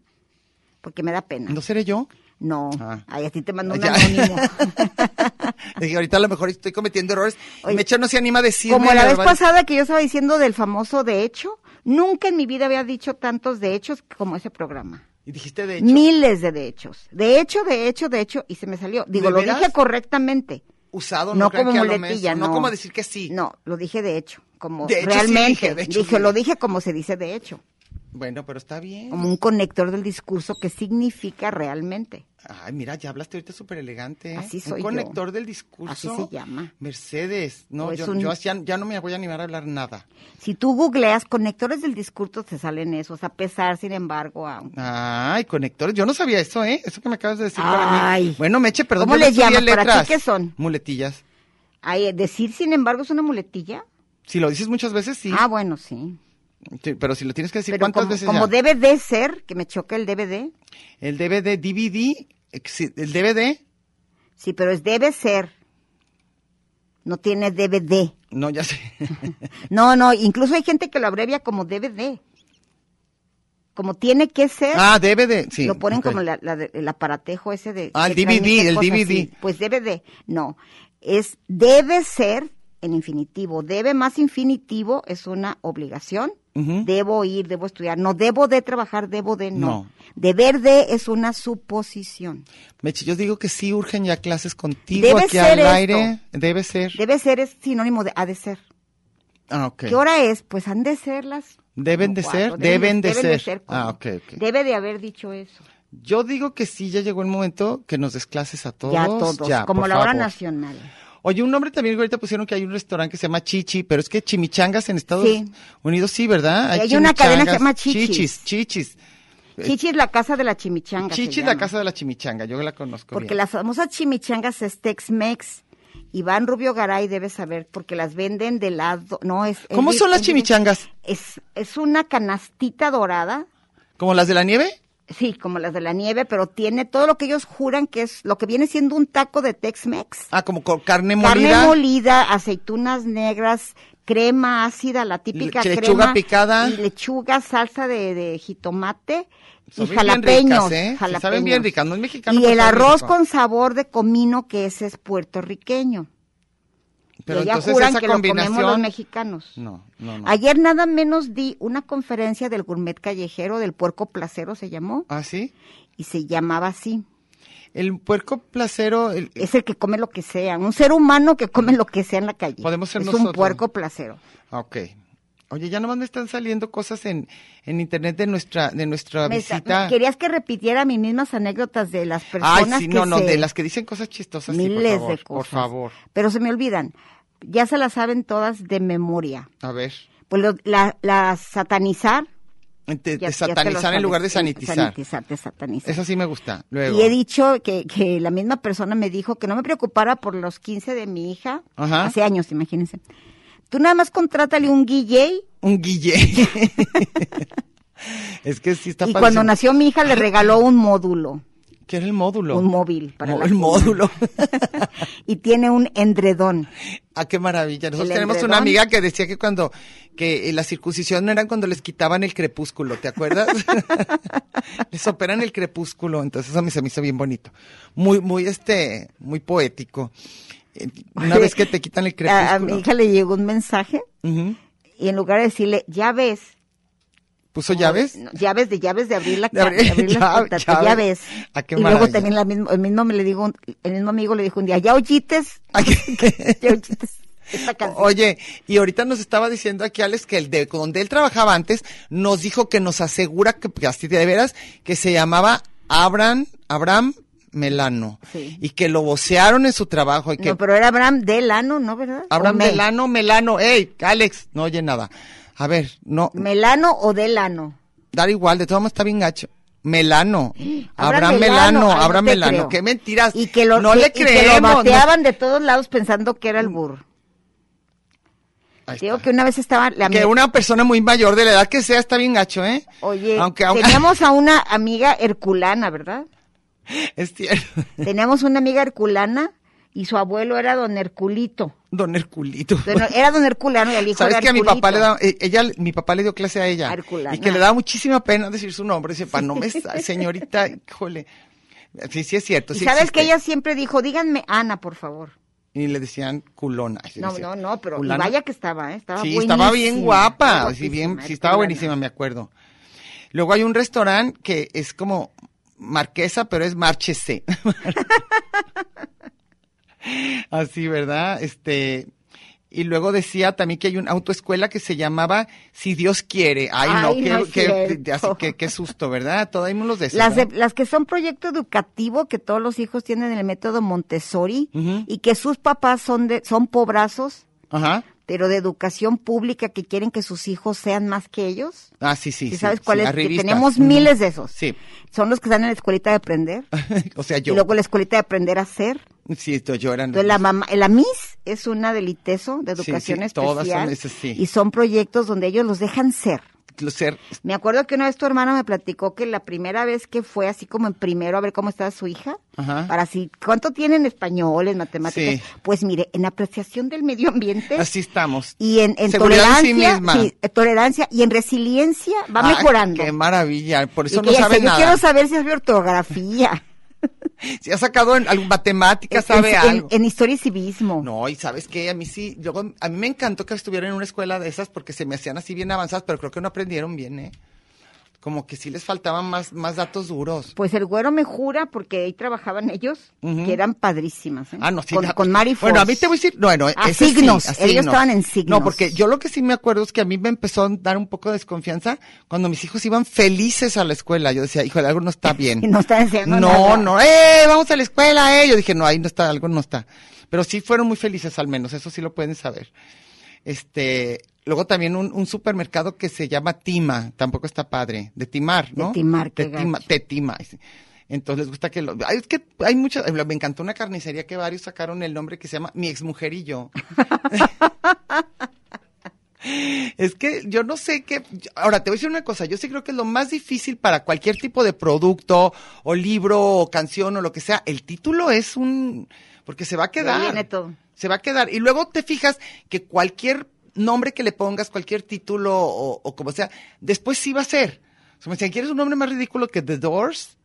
[SPEAKER 4] porque me da pena.
[SPEAKER 3] ¿No seré yo?
[SPEAKER 4] No,
[SPEAKER 3] Ah.
[SPEAKER 4] ay, a ti te mando un
[SPEAKER 3] Ya.
[SPEAKER 4] anónimo.
[SPEAKER 3] Dije, ahorita a lo mejor estoy cometiendo errores.
[SPEAKER 4] Oye,
[SPEAKER 3] Mecha no se anima a decirme.
[SPEAKER 4] Como la vez
[SPEAKER 3] verdad.
[SPEAKER 4] pasada que yo estaba diciendo del famoso de hecho, nunca en mi vida había dicho tantos de hechos como ese programa.
[SPEAKER 3] Y dijiste de hecho.
[SPEAKER 4] Miles de de hechos. De hecho, de hecho, de hecho, y se me salió. Digo,
[SPEAKER 3] ¿De
[SPEAKER 4] lo
[SPEAKER 3] veras?
[SPEAKER 4] dije correctamente.
[SPEAKER 3] usado, no,
[SPEAKER 4] No
[SPEAKER 3] crean
[SPEAKER 4] como
[SPEAKER 3] que a lo
[SPEAKER 4] muletilla,
[SPEAKER 3] menso,
[SPEAKER 4] no.
[SPEAKER 3] no como decir que sí.
[SPEAKER 4] No, lo dije de hecho, como
[SPEAKER 3] De hecho, sí
[SPEAKER 4] realmente.
[SPEAKER 3] dije, de hecho,
[SPEAKER 4] Dije,
[SPEAKER 3] sí.
[SPEAKER 4] lo dije como se dice de hecho.
[SPEAKER 3] Bueno, pero está bien.
[SPEAKER 4] como un conector del discurso que significa realmente.
[SPEAKER 3] Ay, mira, ya hablaste ahorita súper elegante. ¿eh?
[SPEAKER 4] Así
[SPEAKER 3] Un
[SPEAKER 4] soy yo.
[SPEAKER 3] conector del discurso.
[SPEAKER 4] Así se llama.
[SPEAKER 3] Mercedes. No,
[SPEAKER 4] O es
[SPEAKER 3] yo,
[SPEAKER 4] un-
[SPEAKER 3] yo ya, ya no me voy a animar a hablar nada.
[SPEAKER 4] Si tú googleas conectores del discurso, te salen esos, a pesar, sin embargo, a...
[SPEAKER 3] Ay, conectores. Yo no sabía eso, ¿eh? Eso que me acabas de decir para mí.
[SPEAKER 4] Ay.
[SPEAKER 3] Bueno, Meche, perdón.
[SPEAKER 4] ¿Cómo
[SPEAKER 3] yo no
[SPEAKER 4] les
[SPEAKER 3] estudié
[SPEAKER 4] llamas? ¿Para ti
[SPEAKER 3] letras.
[SPEAKER 4] qué son?
[SPEAKER 3] Muletillas.
[SPEAKER 4] Ay, decir, sin embargo, es una muletilla.
[SPEAKER 3] Si lo dices muchas veces, sí.
[SPEAKER 4] Ah, bueno, sí.
[SPEAKER 3] Sí, Pero si lo tienes que decir,
[SPEAKER 4] Pero
[SPEAKER 3] ¿cuántas
[SPEAKER 4] como,
[SPEAKER 3] veces
[SPEAKER 4] como
[SPEAKER 3] ya?
[SPEAKER 4] debe de ser, que me choca el DVD.
[SPEAKER 3] El DVD, DVD, exi- el DVD,
[SPEAKER 4] Sí, pero es debe ser. No tiene DVD.
[SPEAKER 3] no, ya sé.
[SPEAKER 4] No, no, incluso hay gente que lo abrevia como DVD. Como tiene que ser,
[SPEAKER 3] ah, DVD, sí.
[SPEAKER 4] lo ponen
[SPEAKER 3] ok.
[SPEAKER 4] como la- la de- el aparatejo ese de...
[SPEAKER 3] Ah, el
[SPEAKER 4] que traen
[SPEAKER 3] DVD,
[SPEAKER 4] estas
[SPEAKER 3] el
[SPEAKER 4] cosas,
[SPEAKER 3] DVD.
[SPEAKER 4] sí. Pues DVD, no. Es debe ser en infinitivo. Debe más infinitivo es una obligación.
[SPEAKER 3] Ujú.
[SPEAKER 4] Debo ir, debo estudiar. No debo de trabajar, debo de no.
[SPEAKER 3] No.
[SPEAKER 4] Deber de es una suposición.
[SPEAKER 3] Meche, yo digo que sí urgen ya clases contigo
[SPEAKER 4] Debe
[SPEAKER 3] aquí
[SPEAKER 4] ser
[SPEAKER 3] al
[SPEAKER 4] esto.
[SPEAKER 3] aire. Debe ser.
[SPEAKER 4] Debe ser es sinónimo de ha de ser.
[SPEAKER 3] ah, ok.
[SPEAKER 4] ¿Qué hora es? Pues han de ser las.
[SPEAKER 3] Deben
[SPEAKER 4] como
[SPEAKER 3] de ser,
[SPEAKER 4] cuatro,
[SPEAKER 3] deben de ser.
[SPEAKER 4] como-
[SPEAKER 3] Ah, ok, ok.
[SPEAKER 4] Debe de haber dicho eso.
[SPEAKER 3] Yo digo que sí, ya llegó el momento que nos desclases a todos.
[SPEAKER 4] ya todos, como
[SPEAKER 3] Oh, por
[SPEAKER 4] la hora
[SPEAKER 3] favor.
[SPEAKER 4] nacional.
[SPEAKER 3] Oye, un nombre también que ahorita pusieron que hay un restaurante que se llama Chichi, pero es que chimichangas en Estados
[SPEAKER 4] Sí.
[SPEAKER 3] Unidos sí, ¿verdad?
[SPEAKER 4] Y hay una cadena que se
[SPEAKER 3] chimichangas.
[SPEAKER 4] llama Chichis.
[SPEAKER 3] Chichis, chichis. Eh,
[SPEAKER 4] Chichi es la casa de la chimichanga. se
[SPEAKER 3] Chichi es la
[SPEAKER 4] llama.
[SPEAKER 3] casa de la chimichanga, yo la conozco
[SPEAKER 4] Porque
[SPEAKER 3] bien.
[SPEAKER 4] las famosas chimichangas es Tex-Mex. Iván Rubio Garay debe saber, porque las venden de lado. No, es.
[SPEAKER 3] ¿Cómo
[SPEAKER 4] es-
[SPEAKER 3] son las
[SPEAKER 4] es-
[SPEAKER 3] chimichangas?
[SPEAKER 4] Es, es una canastita dorada.
[SPEAKER 3] ¿Como las de la nieve?
[SPEAKER 4] Sí, como las de la nieve, pero tiene todo lo que ellos juran que es lo que viene siendo un taco de Tex-Mex.
[SPEAKER 3] Ah, como con carne molida.
[SPEAKER 4] carne molida, aceitunas negras, crema ácida, la típica
[SPEAKER 3] Lechuga
[SPEAKER 4] crema,
[SPEAKER 3] picada.
[SPEAKER 4] y lechuga, salsa de, de jitomate
[SPEAKER 3] Son
[SPEAKER 4] y
[SPEAKER 3] bien
[SPEAKER 4] jalapeños,
[SPEAKER 3] ricas, ¿eh? Sí,
[SPEAKER 4] jalapeños.
[SPEAKER 3] saben bien ricas, no es mexicano,
[SPEAKER 4] Y
[SPEAKER 3] pero
[SPEAKER 4] el
[SPEAKER 3] saben
[SPEAKER 4] arroz
[SPEAKER 3] rico.
[SPEAKER 4] con sabor de comino que ese es puertorriqueño.
[SPEAKER 3] Pero
[SPEAKER 4] y allá
[SPEAKER 3] entonces
[SPEAKER 4] juran
[SPEAKER 3] esa
[SPEAKER 4] que lo comemos los
[SPEAKER 3] combinación.
[SPEAKER 4] mexicanos.
[SPEAKER 3] no, no, no.
[SPEAKER 4] Ayer nada menos di una conferencia del gourmet callejero, del puerco placero se llamó,
[SPEAKER 3] ¿Ah, sí?
[SPEAKER 4] y se llamaba así.
[SPEAKER 3] El puerco placero, el-
[SPEAKER 4] Es el que come lo que sea, un ser humano que come lo que sea en la calle.
[SPEAKER 3] Mm. Podemos ser
[SPEAKER 4] es un
[SPEAKER 3] nosotros.
[SPEAKER 4] puerco placero.
[SPEAKER 3] Ah, Ok. Oye, ya nomás me están saliendo cosas en, en internet de nuestra, de nuestra
[SPEAKER 4] Me-
[SPEAKER 3] visita.
[SPEAKER 4] Querías que repitiera mis mismas anécdotas de las
[SPEAKER 3] Ay,
[SPEAKER 4] personas
[SPEAKER 3] sí,
[SPEAKER 4] que
[SPEAKER 3] no, no,
[SPEAKER 4] se-
[SPEAKER 3] de las que dicen cosas chistosas. sí, por
[SPEAKER 4] miles
[SPEAKER 3] favor,
[SPEAKER 4] de cosas.
[SPEAKER 3] Por favor.
[SPEAKER 4] Pero se me olvidan. Ya se las saben todas de memoria.
[SPEAKER 3] A ver.
[SPEAKER 4] Pues lo- la, la satanizar. ya- ya
[SPEAKER 3] De, de
[SPEAKER 4] te lo
[SPEAKER 3] satanizar
[SPEAKER 4] sabes.
[SPEAKER 3] en lugar de sanitizar.
[SPEAKER 4] Sanitizar, de satanizar.
[SPEAKER 3] Esa sí me gusta. Luego.
[SPEAKER 4] y he dicho que, que la misma persona me dijo que no me preocupara por los 15 de mi hija.
[SPEAKER 3] Ajá.
[SPEAKER 4] Hace años, imagínense. Tú nada más contrátale un DJ
[SPEAKER 3] Un guille. es que sí está
[SPEAKER 4] y cuando
[SPEAKER 3] padrísimo.
[SPEAKER 4] nació mi hija le regaló un módulo.
[SPEAKER 3] ¿Qué era el módulo?
[SPEAKER 4] Un móvil para
[SPEAKER 3] Mo-
[SPEAKER 4] la
[SPEAKER 3] el
[SPEAKER 4] cuna.
[SPEAKER 3] módulo.
[SPEAKER 4] y tiene un endredón.
[SPEAKER 3] ah, qué maravilla. Nosotros
[SPEAKER 4] El
[SPEAKER 3] tenemos una
[SPEAKER 4] endredón.
[SPEAKER 3] amiga que decía que cuando que eh, la circuncisión era cuando les quitaban el crepúsculo, ¿te acuerdas? les operan el crepúsculo, entonces eso a mí se me hizo bien bonito. Muy muy este, muy poético. Eh, Una vez que te quitan el crepúsculo.
[SPEAKER 4] A, a mi hija le llegó un mensaje
[SPEAKER 3] Ujú.
[SPEAKER 4] y en lugar de decirle llaves,
[SPEAKER 3] ¿Puso llaves?
[SPEAKER 4] no, llaves de llaves de abrir la
[SPEAKER 3] De
[SPEAKER 4] ca-
[SPEAKER 3] abrir-
[SPEAKER 4] de abrir las
[SPEAKER 3] llave-
[SPEAKER 4] puertas,
[SPEAKER 3] llave.
[SPEAKER 4] llaves.
[SPEAKER 3] Ah, qué
[SPEAKER 4] y luego
[SPEAKER 3] maravilla.
[SPEAKER 4] también la mismo, el mismo me le digo, un- el mismo amigo le dijo un día, ya oyites,
[SPEAKER 3] Ay, qué-
[SPEAKER 4] ya oyites esta canción.
[SPEAKER 3] Oye, y ahorita nos estaba diciendo aquí Alex que el de donde él trabajaba antes nos dijo que nos asegura que que así de veras que se llamaba Abraham Abraham Melano
[SPEAKER 4] Sí.
[SPEAKER 3] y que lo vocearon en su trabajo y que
[SPEAKER 4] No, pero era Abraham Delano, ¿no, verdad? O
[SPEAKER 3] Abraham
[SPEAKER 4] Me-
[SPEAKER 3] Melano Melano, hey Alex, no oye nada. A ver, no
[SPEAKER 4] Melano o Delano.
[SPEAKER 3] dar igual, de todo modo está bien gacho. Melano, Abraham
[SPEAKER 4] Abraham
[SPEAKER 3] Melano,
[SPEAKER 4] ay, no
[SPEAKER 3] Abraham
[SPEAKER 4] te
[SPEAKER 3] Melano,
[SPEAKER 4] creo.
[SPEAKER 3] qué mentiras.
[SPEAKER 4] Y que lo,
[SPEAKER 3] no
[SPEAKER 4] que-
[SPEAKER 3] le
[SPEAKER 4] y que
[SPEAKER 3] creemos.
[SPEAKER 4] lo
[SPEAKER 3] no-
[SPEAKER 4] bateaban de todos lados pensando que era el burro.
[SPEAKER 3] Ahí
[SPEAKER 4] Digo
[SPEAKER 3] está.
[SPEAKER 4] que una vez estaba la
[SPEAKER 3] Que
[SPEAKER 4] mi-
[SPEAKER 3] una persona muy mayor de la edad que sea está bien gacho, ¿eh?
[SPEAKER 4] Oye,
[SPEAKER 3] aunque, aunque-
[SPEAKER 4] teníamos a una amiga herculana, ¿verdad?
[SPEAKER 3] es cierto.
[SPEAKER 4] Teníamos una amiga herculana y su abuelo era don Herculito.
[SPEAKER 3] Don Herculito.
[SPEAKER 4] Bueno, era don Herculano y el hijo
[SPEAKER 3] Sabes
[SPEAKER 4] era
[SPEAKER 3] que a mi
[SPEAKER 4] Herculito.
[SPEAKER 3] papá le da, eh, ella, mi papá le dio clase a ella.
[SPEAKER 4] Herculana.
[SPEAKER 3] Y que le daba muchísima pena decir su nombre. Dice, pa, no me sa- señorita, híjole. Sí, sí es cierto.
[SPEAKER 4] Y
[SPEAKER 3] sí
[SPEAKER 4] sabes
[SPEAKER 3] existe.
[SPEAKER 4] que ella siempre dijo, díganme Ana, por favor.
[SPEAKER 3] Y le decían culona. Ay,
[SPEAKER 4] No,
[SPEAKER 3] decía,
[SPEAKER 4] no, no, pero y
[SPEAKER 3] "Culana".
[SPEAKER 4] vaya que estaba, ¿eh? Estaba
[SPEAKER 3] sí, estaba bien
[SPEAKER 4] buenísima,
[SPEAKER 3] guapa.
[SPEAKER 4] estaba
[SPEAKER 3] sí, bien,
[SPEAKER 4] guapísima,
[SPEAKER 3] sí, estaba
[SPEAKER 4] Herculana.
[SPEAKER 3] buenísima, me acuerdo. Luego hay un restaurante que es como marquesa, pero es márchese. Así, ¿verdad? Este. Y luego decía también que hay una autoescuela que se llamaba Si Dios quiere. Ay, no,
[SPEAKER 4] Ay,
[SPEAKER 3] qué,
[SPEAKER 4] no es
[SPEAKER 3] qué-
[SPEAKER 4] cierto.
[SPEAKER 3] así que- qué susto, ¿verdad? Todo hay muchos de esos.
[SPEAKER 4] Las, de-
[SPEAKER 3] ¿verdad?
[SPEAKER 4] las que son proyecto educativo que todos los hijos tienen el método Montessori y que sus papás son de son pobrazos,
[SPEAKER 3] Ajá.
[SPEAKER 4] pero de educación pública que quieren que sus hijos sean más que ellos.
[SPEAKER 3] Ah, sí, sí.
[SPEAKER 4] ¿Sí
[SPEAKER 3] sí,
[SPEAKER 4] sabes
[SPEAKER 3] sí,
[SPEAKER 4] cuál es? Que
[SPEAKER 3] arribistas.
[SPEAKER 4] tenemos
[SPEAKER 3] Ujú.
[SPEAKER 4] miles de esos.
[SPEAKER 3] Sí.
[SPEAKER 4] Son los que están en la escuelita de aprender
[SPEAKER 3] o sea, yo.
[SPEAKER 4] y luego la escuelita de aprender a hacer.
[SPEAKER 3] Sí, esto, yo eran.
[SPEAKER 4] Entonces la mamá, la MIS es una del ITESO de
[SPEAKER 3] Sí, sí,
[SPEAKER 4] educación especial
[SPEAKER 3] todas son esas, sí.
[SPEAKER 4] y son proyectos donde ellos los dejan ser.
[SPEAKER 3] los ser-
[SPEAKER 4] Me acuerdo que una vez tu hermano me platicó que la primera vez que fue así como en primero a ver cómo estaba su hija,
[SPEAKER 3] Ajá.
[SPEAKER 4] para así, ¿cuánto tienen español, en matemáticas?
[SPEAKER 3] Sí.
[SPEAKER 4] Pues mire, en apreciación del medio ambiente
[SPEAKER 3] Así estamos.
[SPEAKER 4] y en, en
[SPEAKER 3] Seguridad
[SPEAKER 4] tolerancia,
[SPEAKER 3] en sí misma.
[SPEAKER 4] sí, eh, tolerancia y en resiliencia va
[SPEAKER 3] Ah,
[SPEAKER 4] mejorando.
[SPEAKER 3] Qué maravilla. Por
[SPEAKER 4] Y
[SPEAKER 3] eso
[SPEAKER 4] que
[SPEAKER 3] no
[SPEAKER 4] ella
[SPEAKER 3] sabe
[SPEAKER 4] decía,
[SPEAKER 3] nada.
[SPEAKER 4] Yo quiero saber si es ortografía,
[SPEAKER 3] Si ha sacado en, algún matemática,
[SPEAKER 4] en,
[SPEAKER 3] sabe
[SPEAKER 4] en-
[SPEAKER 3] algo.
[SPEAKER 4] en historia y civismo.
[SPEAKER 3] No, y sabes qué, a mí sí, luego, a mí me encantó que estuviera en una escuela de esas porque se me hacían así bien avanzadas, pero creo que no aprendieron bien, ¿eh? Como que sí les faltaban más, más datos duros.
[SPEAKER 4] Pues el güero me jura, porque ahí trabajaban ellos,
[SPEAKER 3] Ujú.
[SPEAKER 4] que eran padrísimas. ¿eh?
[SPEAKER 3] Ah, no, sí.
[SPEAKER 4] Con,
[SPEAKER 3] la-
[SPEAKER 4] con Mari
[SPEAKER 3] Bueno, a
[SPEAKER 4] Force.
[SPEAKER 3] mí te voy a decir, bueno,
[SPEAKER 4] A
[SPEAKER 3] ese sí,
[SPEAKER 4] signos,
[SPEAKER 3] a
[SPEAKER 4] ellos estaban en signos.
[SPEAKER 3] No, porque yo lo que sí me acuerdo es que a mí me empezó a dar un poco de desconfianza cuando mis hijos iban felices a la escuela. Yo decía, híjole, algo no está bien.
[SPEAKER 4] Y no están enseñando
[SPEAKER 3] No,
[SPEAKER 4] nada.
[SPEAKER 3] no, eh, vamos a la escuela, eh. Yo dije, no, ahí no está, algo no está. Pero sí fueron muy felices al menos, eso sí lo pueden saber. Este, luego también un, un supermercado que se llama Tima, tampoco está padre, de Timar,
[SPEAKER 4] De
[SPEAKER 3] ¿no?
[SPEAKER 4] Timar, qué
[SPEAKER 3] de Tima,
[SPEAKER 4] gacho.
[SPEAKER 3] de Tima. Entonces les gusta que lo, ay, es que hay muchas, me encantó una carnicería que varios sacaron el nombre que se llama Mi exmujer y yo. Es que yo no sé qué. Ahora, te voy a decir una cosa. Yo sí creo que es lo más difícil para cualquier tipo de producto, o libro, o canción, o lo que sea. El título es un. Porque se va a quedar.
[SPEAKER 4] viene todo.
[SPEAKER 3] Se va a quedar. Y luego te fijas que cualquier nombre que le pongas, cualquier título, o, o como sea, después sí va a ser. O sea, me decían, ¿quieres un nombre más ridículo que The Doors?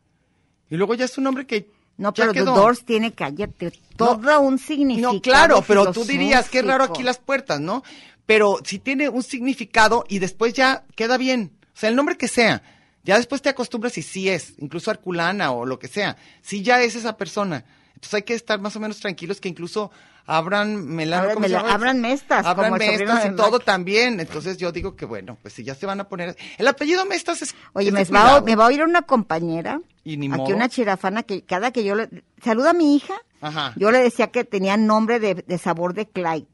[SPEAKER 3] Y luego ya es un nombre que.
[SPEAKER 4] No,
[SPEAKER 3] ya
[SPEAKER 4] pero The
[SPEAKER 3] quedó.
[SPEAKER 4] Doors tiene, cállate, todo un significado.
[SPEAKER 3] No, claro, pero tú dirías, qué raro aquí
[SPEAKER 4] filosófico.
[SPEAKER 3] las puertas, ¿no? Pero si tiene un significado y después ya queda bien. O sea, el nombre que sea. Ya después te acostumbras y sí es, incluso Arculana o lo que sea. Sí ya es esa persona. Entonces hay que estar más o menos tranquilos que incluso abran melano,
[SPEAKER 4] Abran
[SPEAKER 3] ¿cómo se
[SPEAKER 4] mela-
[SPEAKER 3] llama?
[SPEAKER 4] abran mestas,
[SPEAKER 3] Abran
[SPEAKER 4] como el sobrino
[SPEAKER 3] mestas
[SPEAKER 4] de
[SPEAKER 3] y
[SPEAKER 4] Mac.
[SPEAKER 3] todo también. Entonces yo digo que bueno, pues si ya se van a poner. El apellido mestas es.
[SPEAKER 4] Oye,
[SPEAKER 3] es de
[SPEAKER 4] me va, a-
[SPEAKER 3] cuidado.
[SPEAKER 4] me va a oír una compañera,
[SPEAKER 3] Y ni
[SPEAKER 4] aquí
[SPEAKER 3] modo.
[SPEAKER 4] una chirafana, que cada que yo le... Saluda a mi hija.
[SPEAKER 3] Ajá.
[SPEAKER 4] Yo le decía que tenía nombre de, de sabor de Clyde.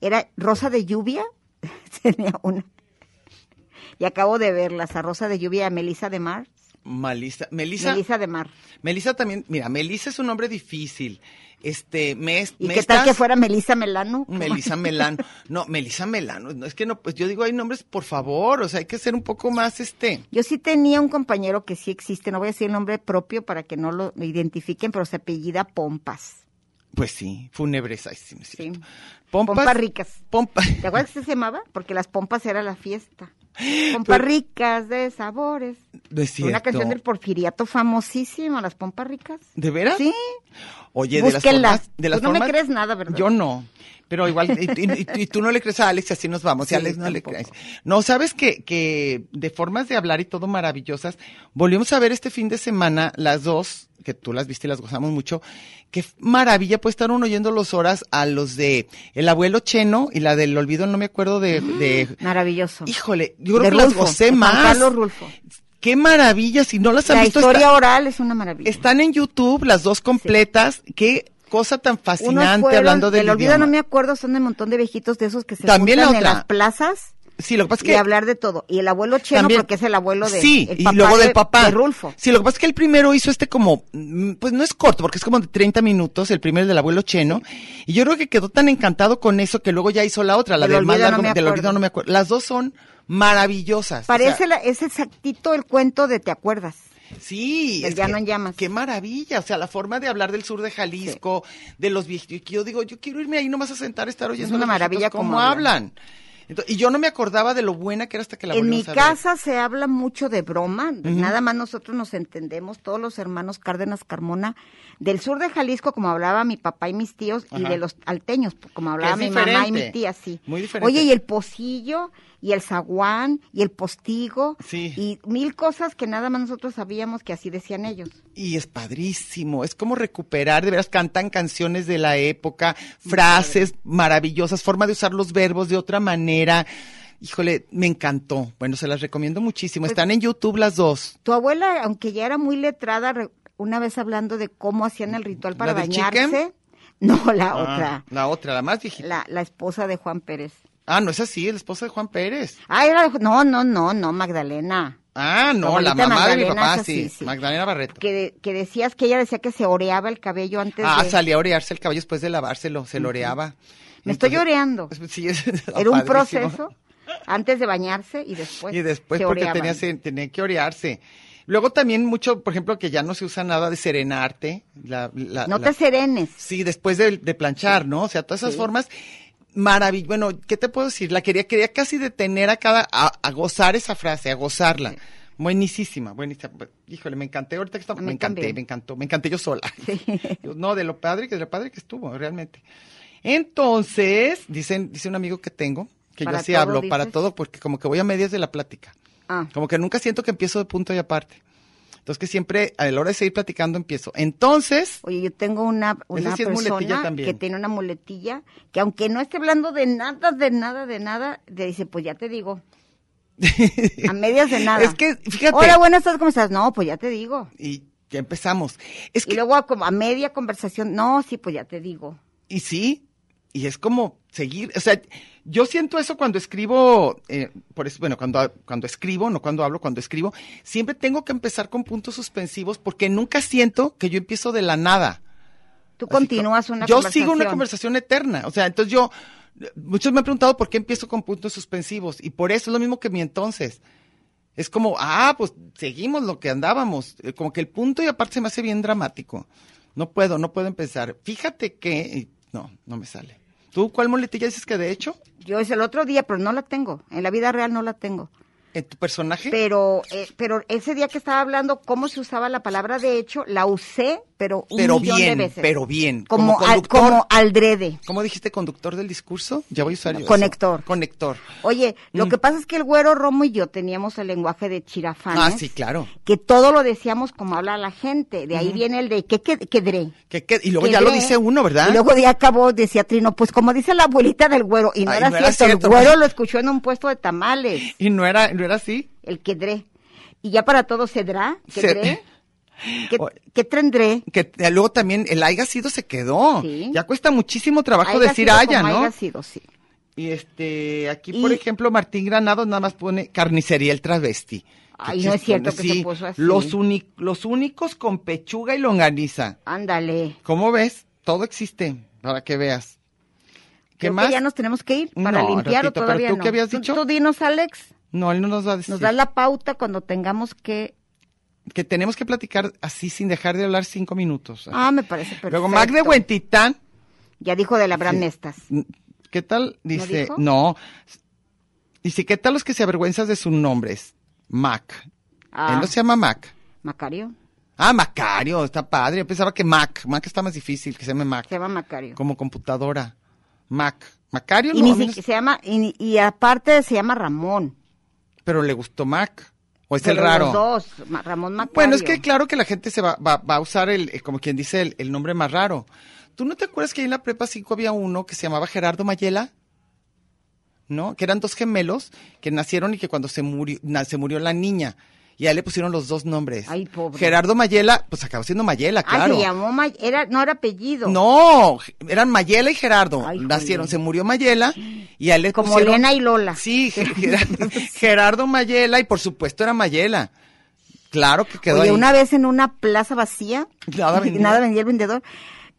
[SPEAKER 4] Era Rosa de Lluvia, tenía una. Y acabo de verlas, a Rosa de Lluvia y a Melisa de Mar.
[SPEAKER 3] Malisa- Melissa.
[SPEAKER 4] Melisa de Mar.
[SPEAKER 3] Melissa también, mira, Melissa es un nombre difícil. Este, mes,
[SPEAKER 4] ¿Y qué
[SPEAKER 3] mestas-
[SPEAKER 4] tal que fuera Melisa Melano?
[SPEAKER 3] Melissa Melano. No, Melissa Melano. No, es que no, pues yo digo, hay nombres, por favor. O sea, hay que ser un poco más este.
[SPEAKER 4] Yo sí tenía un compañero que sí existe, no voy a decir el nombre propio para que no lo identifiquen, pero se apellida Pompas.
[SPEAKER 3] Pues sí, fúnebres. Ay, sí, no es
[SPEAKER 4] Sí.
[SPEAKER 3] cierto.
[SPEAKER 4] Pompas,
[SPEAKER 3] Pompas.
[SPEAKER 4] ricas.
[SPEAKER 3] pompa-
[SPEAKER 4] ¿Te acuerdas que se llamaba? Porque las pompas era la fiesta. Pompas
[SPEAKER 3] Pero-
[SPEAKER 4] ricas de sabores.
[SPEAKER 3] No es cierto.
[SPEAKER 4] Una canción del Porfiriato famosísima, Las pompas ricas.
[SPEAKER 3] ¿De veras?
[SPEAKER 4] Sí.
[SPEAKER 3] Oye, de
[SPEAKER 4] Búsquenla.
[SPEAKER 3] las formas. De las
[SPEAKER 4] Tú pues no me
[SPEAKER 3] formas-
[SPEAKER 4] crees nada, ¿verdad?
[SPEAKER 3] Yo no. Pero igual, y, y- y- y tú no le crees a Alex, y así nos vamos.
[SPEAKER 4] Sí,
[SPEAKER 3] y Alex no le
[SPEAKER 4] tampoco.
[SPEAKER 3] crees. No, sabes que, que de formas de hablar y todo maravillosas, volvimos a ver este fin de semana las dos, que tú las viste y las gozamos mucho. Qué f- maravilla, pues estar uno oyendo las horas a los de El abuelo Cheno y la del olvido, no me acuerdo de. de
[SPEAKER 4] Maravilloso.
[SPEAKER 3] híjole, yo creo
[SPEAKER 4] Mm. De
[SPEAKER 3] que las
[SPEAKER 4] Rulfo,
[SPEAKER 3] gocé
[SPEAKER 4] de Juan
[SPEAKER 3] más.
[SPEAKER 4] Carlos Rulfo.
[SPEAKER 3] Qué maravilla, si no las han
[SPEAKER 4] La
[SPEAKER 3] visto.
[SPEAKER 4] historia
[SPEAKER 3] está-
[SPEAKER 4] oral es una maravilla.
[SPEAKER 3] están en YouTube las dos completas. Qué cosa tan
[SPEAKER 4] Unos
[SPEAKER 3] fascinante
[SPEAKER 4] fueron-
[SPEAKER 3] hablando del
[SPEAKER 4] El olvido
[SPEAKER 3] idioma.
[SPEAKER 4] no me acuerdo, son de un montón de viejitos de esos que se
[SPEAKER 3] También la
[SPEAKER 4] juntan en
[SPEAKER 3] otra.
[SPEAKER 4] las plazas
[SPEAKER 3] Sí, lo que pasa es
[SPEAKER 4] y
[SPEAKER 3] que
[SPEAKER 4] hablar de todo. Y el abuelo Cheno,
[SPEAKER 3] también-
[SPEAKER 4] porque es el abuelo de
[SPEAKER 3] sí,
[SPEAKER 4] el
[SPEAKER 3] y
[SPEAKER 4] papá
[SPEAKER 3] luego
[SPEAKER 4] de-
[SPEAKER 3] del papá
[SPEAKER 4] de Rulfo.
[SPEAKER 3] Sí, lo que pasa es que el primero hizo este como, mm, pues no es corto, porque es como de 30 minutos, el primero del abuelo cheno. Y yo creo que quedó tan encantado con eso que luego ya hizo la otra, la
[SPEAKER 4] Del
[SPEAKER 3] del más
[SPEAKER 4] olvido no
[SPEAKER 3] largo,
[SPEAKER 4] me
[SPEAKER 3] del
[SPEAKER 4] acuerdo.
[SPEAKER 3] olvido no me acuerdo. Las dos son maravillosas. o sea,
[SPEAKER 4] Parece la- es exactito el cuento de ¿Te acuerdas?
[SPEAKER 3] Sí,
[SPEAKER 4] Del Llano en Llamas.
[SPEAKER 3] Qué maravilla, o sea, la forma de hablar del sur de Jalisco, de los viejitos. Yo digo, yo quiero irme ahí nomás a sentar, a estar oyendo.
[SPEAKER 4] una
[SPEAKER 3] a los viejitos
[SPEAKER 4] maravilla
[SPEAKER 3] cómo
[SPEAKER 4] cómo hablan.
[SPEAKER 3] hablan. Ento- y yo no me acordaba de lo buena que era hasta que la
[SPEAKER 4] en mi
[SPEAKER 3] volvimos a ver.
[SPEAKER 4] casa se habla mucho de broma, nada más nosotros nos entendemos, todos los hermanos Cárdenas Carmona, del sur de Jalisco, como hablaba mi papá y mis tíos, y
[SPEAKER 3] Ajá.
[SPEAKER 4] de los alteños, como hablaba
[SPEAKER 3] es
[SPEAKER 4] mi mamá y
[SPEAKER 3] diferente,
[SPEAKER 4] mi tía, sí.
[SPEAKER 3] muy diferente.
[SPEAKER 4] Oye, y el pocillo, y el zaguán, y el postigo,
[SPEAKER 3] Sí.
[SPEAKER 4] y mil cosas que nada más nosotros sabíamos que así decían ellos.
[SPEAKER 3] Y es padrísimo, es como recuperar, de veras cantan canciones de la época, frases maravillosas, forma de usar los verbos de otra manera. Híjole, me encantó. Bueno, se las recomiendo
[SPEAKER 4] Pues
[SPEAKER 3] muchísimo. Están en YouTube las dos.
[SPEAKER 4] Tu abuela, aunque ya era muy letrada, re- una vez hablando de cómo hacían el ritual para
[SPEAKER 3] ¿La del
[SPEAKER 4] bañarse,
[SPEAKER 3] chicken?
[SPEAKER 4] no, la
[SPEAKER 3] Ah,
[SPEAKER 4] otra,
[SPEAKER 3] La otra, la más viejita.
[SPEAKER 4] la, la esposa de Juan Pérez.
[SPEAKER 3] Ah, no es así, la esposa de Juan Pérez.
[SPEAKER 4] Ah, era, no, no, no, no, Magdalena.
[SPEAKER 3] Ah, no,
[SPEAKER 4] Abuelita
[SPEAKER 3] la mamá de mi
[SPEAKER 4] Magdalena,
[SPEAKER 3] papá,
[SPEAKER 4] esa
[SPEAKER 3] sí,
[SPEAKER 4] sí, sí.
[SPEAKER 3] Magdalena Barreto.
[SPEAKER 4] Que, que decías que ella decía que se oreaba el cabello antes
[SPEAKER 3] Ah,
[SPEAKER 4] de...
[SPEAKER 3] salía a orearse el cabello después de lavárselo, se lo oreaba.
[SPEAKER 4] Me estoy
[SPEAKER 3] Entonces- pues,
[SPEAKER 4] oreando.
[SPEAKER 3] Sí, es-
[SPEAKER 4] Era un
[SPEAKER 3] padrísimo.
[SPEAKER 4] proceso antes de bañarse y después
[SPEAKER 3] Y después
[SPEAKER 4] se
[SPEAKER 3] porque
[SPEAKER 4] oreaban.
[SPEAKER 3] tenía, se- tenía que orearse. Luego también mucho, por ejemplo, que ya no se usa nada de serenarte. La, la-
[SPEAKER 4] No
[SPEAKER 3] la-
[SPEAKER 4] te serenes.
[SPEAKER 3] Sí, después de, de planchar, ¿no? O sea, todas esas formas maravillas. Bueno, ¿qué te puedo decir? La quería, quería casi detener a cada, a, a gozar esa frase, a gozarla. Buenísima, buenísima. Pues, Híjole, me encanté ahorita que estamos.
[SPEAKER 4] A mí
[SPEAKER 3] Me encanté,
[SPEAKER 4] también.
[SPEAKER 3] me encantó, me encanté yo sola. Yo, No, de lo padre que de lo padre que estuvo, realmente. Entonces, dicen, dice un amigo que tengo, que
[SPEAKER 4] Para
[SPEAKER 3] yo así
[SPEAKER 4] todo,
[SPEAKER 3] hablo, para
[SPEAKER 4] dices.
[SPEAKER 3] todo, porque como que voy a medias de la plática.
[SPEAKER 4] Ah,
[SPEAKER 3] Como que nunca siento que empiezo de punto y aparte. Entonces que siempre a la hora de seguir platicando empiezo. Entonces,
[SPEAKER 4] oye, yo tengo una, una
[SPEAKER 3] sí es muletilla
[SPEAKER 4] persona
[SPEAKER 3] también.
[SPEAKER 4] que tiene una muletilla que aunque no esté hablando de nada, de nada, de nada, le dice, pues ya te digo. A medias de nada.
[SPEAKER 3] Es que, fíjate.
[SPEAKER 4] Hola, buenas tardes, ¿cómo estás? No, pues ya te digo.
[SPEAKER 3] y ya empezamos. Es
[SPEAKER 4] Y
[SPEAKER 3] que,
[SPEAKER 4] luego a, como a media conversación, no, sí, pues ya te digo.
[SPEAKER 3] y sí, y es como seguir, o sea, yo siento eso cuando escribo, eh, por eso, bueno, cuando, cuando escribo, no cuando hablo, cuando escribo, siempre tengo que empezar con puntos suspensivos porque nunca siento que yo empiezo de la nada.
[SPEAKER 4] Tú
[SPEAKER 3] Así
[SPEAKER 4] continúas
[SPEAKER 3] co-
[SPEAKER 4] una
[SPEAKER 3] yo
[SPEAKER 4] conversación.
[SPEAKER 3] sigo una conversación eterna. O sea, entonces yo, muchos me han preguntado por qué empiezo con puntos suspensivos. Y por eso es lo mismo que mi entonces. Es como, ah, pues seguimos lo que andábamos. Eh, Como que el punto y aparte se me hace bien dramático. No puedo, no puedo empezar. Fíjate que, y no, no me sale. ¿Tú cuál muletilla dices que de hecho?
[SPEAKER 4] Yo es el otro día, pero no la tengo. En la vida real no la tengo.
[SPEAKER 3] ¿En tu personaje?
[SPEAKER 4] Pero, eh, pero ese día que estaba hablando cómo se usaba la palabra de hecho, la usé, pero un
[SPEAKER 3] Pero
[SPEAKER 4] millón
[SPEAKER 3] bien,
[SPEAKER 4] de veces.
[SPEAKER 3] pero bien.
[SPEAKER 4] Como, al-
[SPEAKER 3] Como conductor.
[SPEAKER 4] como aldrede.
[SPEAKER 3] ¿Cómo dijiste conductor del discurso? Ya voy a usar yo eso.
[SPEAKER 4] Conector.
[SPEAKER 3] Conector.
[SPEAKER 4] Oye, lo
[SPEAKER 3] Mm.
[SPEAKER 4] que pasa es que el güero Romo y yo teníamos el lenguaje de chirafanes.
[SPEAKER 3] Ah, sí, claro.
[SPEAKER 4] Que todo lo decíamos como habla la gente. De ahí viene el de ¿qué qué- quedré?
[SPEAKER 3] Que- que- y luego ya lo
[SPEAKER 4] Quedré.
[SPEAKER 3] dice uno, ¿verdad?
[SPEAKER 4] Y luego de acabó, decía Trino, pues como dice la abuelita del güero. Y no,
[SPEAKER 3] Ay,
[SPEAKER 4] era,
[SPEAKER 3] no era
[SPEAKER 4] cierto,
[SPEAKER 3] cierto.
[SPEAKER 4] el güero lo escuchó en un puesto de tamales.
[SPEAKER 3] Y no era, no era así.
[SPEAKER 4] el quedré. Y ya para todo cedrá, quedré, que,
[SPEAKER 3] O-
[SPEAKER 4] que tendré.
[SPEAKER 3] Que eh, luego también el haya sido se quedó.
[SPEAKER 4] Sí.
[SPEAKER 3] Ya cuesta muchísimo trabajo
[SPEAKER 4] Haiga
[SPEAKER 3] decir
[SPEAKER 4] sido
[SPEAKER 3] haya,
[SPEAKER 4] como
[SPEAKER 3] ¿no?
[SPEAKER 4] haiga sido, sí.
[SPEAKER 3] Y este, aquí por
[SPEAKER 4] Y-
[SPEAKER 3] ejemplo, Martín Granados nada más pone carnicería el travesti. Qué
[SPEAKER 4] Ay, no es
[SPEAKER 3] chistón,
[SPEAKER 4] cierto que se puso así.
[SPEAKER 3] Los, uni- los únicos con pechuga y longaniza.
[SPEAKER 4] Ándale.
[SPEAKER 3] ¿Cómo ves? Todo existe, para que veas. ¿Qué
[SPEAKER 4] Creo que
[SPEAKER 3] más?
[SPEAKER 4] ya nos tenemos que ir para
[SPEAKER 3] No,
[SPEAKER 4] limpiar o
[SPEAKER 3] ratito, pero
[SPEAKER 4] todavía
[SPEAKER 3] ¿tú
[SPEAKER 4] no.
[SPEAKER 3] qué habías dicho?
[SPEAKER 4] Tú dinos, Alex,
[SPEAKER 3] No, él no nos va a decir.
[SPEAKER 4] nos das la pauta cuando tengamos que...
[SPEAKER 3] Que tenemos que platicar así sin dejar de hablar cinco minutos.
[SPEAKER 4] Ah, me parece perfecto.
[SPEAKER 3] luego, Mac de Huentitán
[SPEAKER 4] Ya dijo de la Bran
[SPEAKER 3] Sí.
[SPEAKER 4] Nestas.
[SPEAKER 3] ¿Qué tal? Dice,
[SPEAKER 4] dijo?
[SPEAKER 3] no. Dice, ¿qué tal los que se avergüenzan de sus nombres? Mac.
[SPEAKER 4] Ah,
[SPEAKER 3] Él no se llama Mac.
[SPEAKER 4] Macario.
[SPEAKER 3] Ah, Macario, está padre. Yo pensaba que Mac. Mac está más difícil, que se llame Mac.
[SPEAKER 4] Se llama Macario.
[SPEAKER 3] Como computadora. Mac. Macario
[SPEAKER 4] Y,
[SPEAKER 3] no,
[SPEAKER 4] ni
[SPEAKER 3] a mí no
[SPEAKER 4] si-
[SPEAKER 3] es-
[SPEAKER 4] se llama, y, ni- y aparte se llama Ramón.
[SPEAKER 3] pero le gustó Mac. O es
[SPEAKER 4] Pero
[SPEAKER 3] el raro.
[SPEAKER 4] Los dos, Ma- Ramón Macario.
[SPEAKER 3] Bueno, es que claro que la gente se va, va- va a usar el, eh, como quien dice, el, el nombre más raro. ¿Tú no te acuerdas que ahí en la prepa 5 había uno que se llamaba Gerardo Mayela? ¿No? Que eran dos gemelos que nacieron y que cuando se murió, na- se murió la niña. Y ahí le pusieron los dos nombres.
[SPEAKER 4] Ay, pobre.
[SPEAKER 3] Gerardo Mayela, pues acabó siendo Mayela,
[SPEAKER 4] Ah,
[SPEAKER 3] claro.
[SPEAKER 4] se llamó, Ma- era, no era apellido.
[SPEAKER 3] no, eran Mayela y Gerardo.
[SPEAKER 4] Ay,
[SPEAKER 3] Nacieron,
[SPEAKER 4] Julián.
[SPEAKER 3] se murió Mayela y a él le
[SPEAKER 4] Como
[SPEAKER 3] pusieron-
[SPEAKER 4] Lena y Lola.
[SPEAKER 3] Sí, Gerardo, Gerardo Mayela y por supuesto era Mayela. Claro que quedó
[SPEAKER 4] Oye,
[SPEAKER 3] ahí.
[SPEAKER 4] una vez en una plaza vacía,
[SPEAKER 3] Nada vendía.
[SPEAKER 4] vendía el vendedor.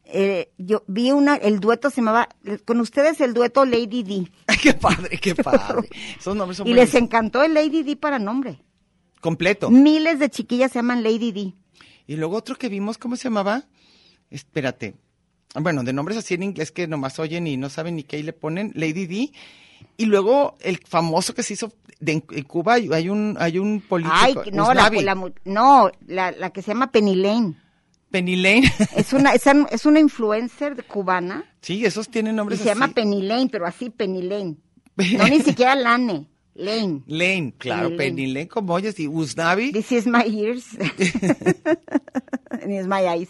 [SPEAKER 4] eh, yo vi una, el dueto se llamaba, con ustedes el dueto Lady D.
[SPEAKER 3] Ay, qué padre, qué padre. Esos nombres son
[SPEAKER 4] Y les Mm.
[SPEAKER 3] buenísimos.
[SPEAKER 4] encantó el Lady D para nombre.
[SPEAKER 3] completo.
[SPEAKER 4] Miles de chiquillas se llaman Lady D.
[SPEAKER 3] Y luego otro que vimos, ¿cómo se llamaba? Espérate. bueno, de nombres así en inglés que nomás oyen y no saben ni qué y le ponen Lady D. Y luego el famoso que se hizo de, en en Cuba, hay hay un, hay un político.
[SPEAKER 4] Ay, que- no, la,
[SPEAKER 3] Usnavi,
[SPEAKER 4] la mu- no la, la que se llama Penny Lane.
[SPEAKER 3] Penny Lane.
[SPEAKER 4] Es una, es, an- es una influencer de- cubana
[SPEAKER 3] sí, esos
[SPEAKER 4] y
[SPEAKER 3] tienen nombres
[SPEAKER 4] se
[SPEAKER 3] así.
[SPEAKER 4] llama Penny Lane, pero así Penny Lane. No ni siquiera Lane, Lane.
[SPEAKER 3] Lane, claro,
[SPEAKER 4] Penny Lane.
[SPEAKER 3] Penny Lane, como oyes, y Usnavi.
[SPEAKER 4] This is my ears. And it's my eyes.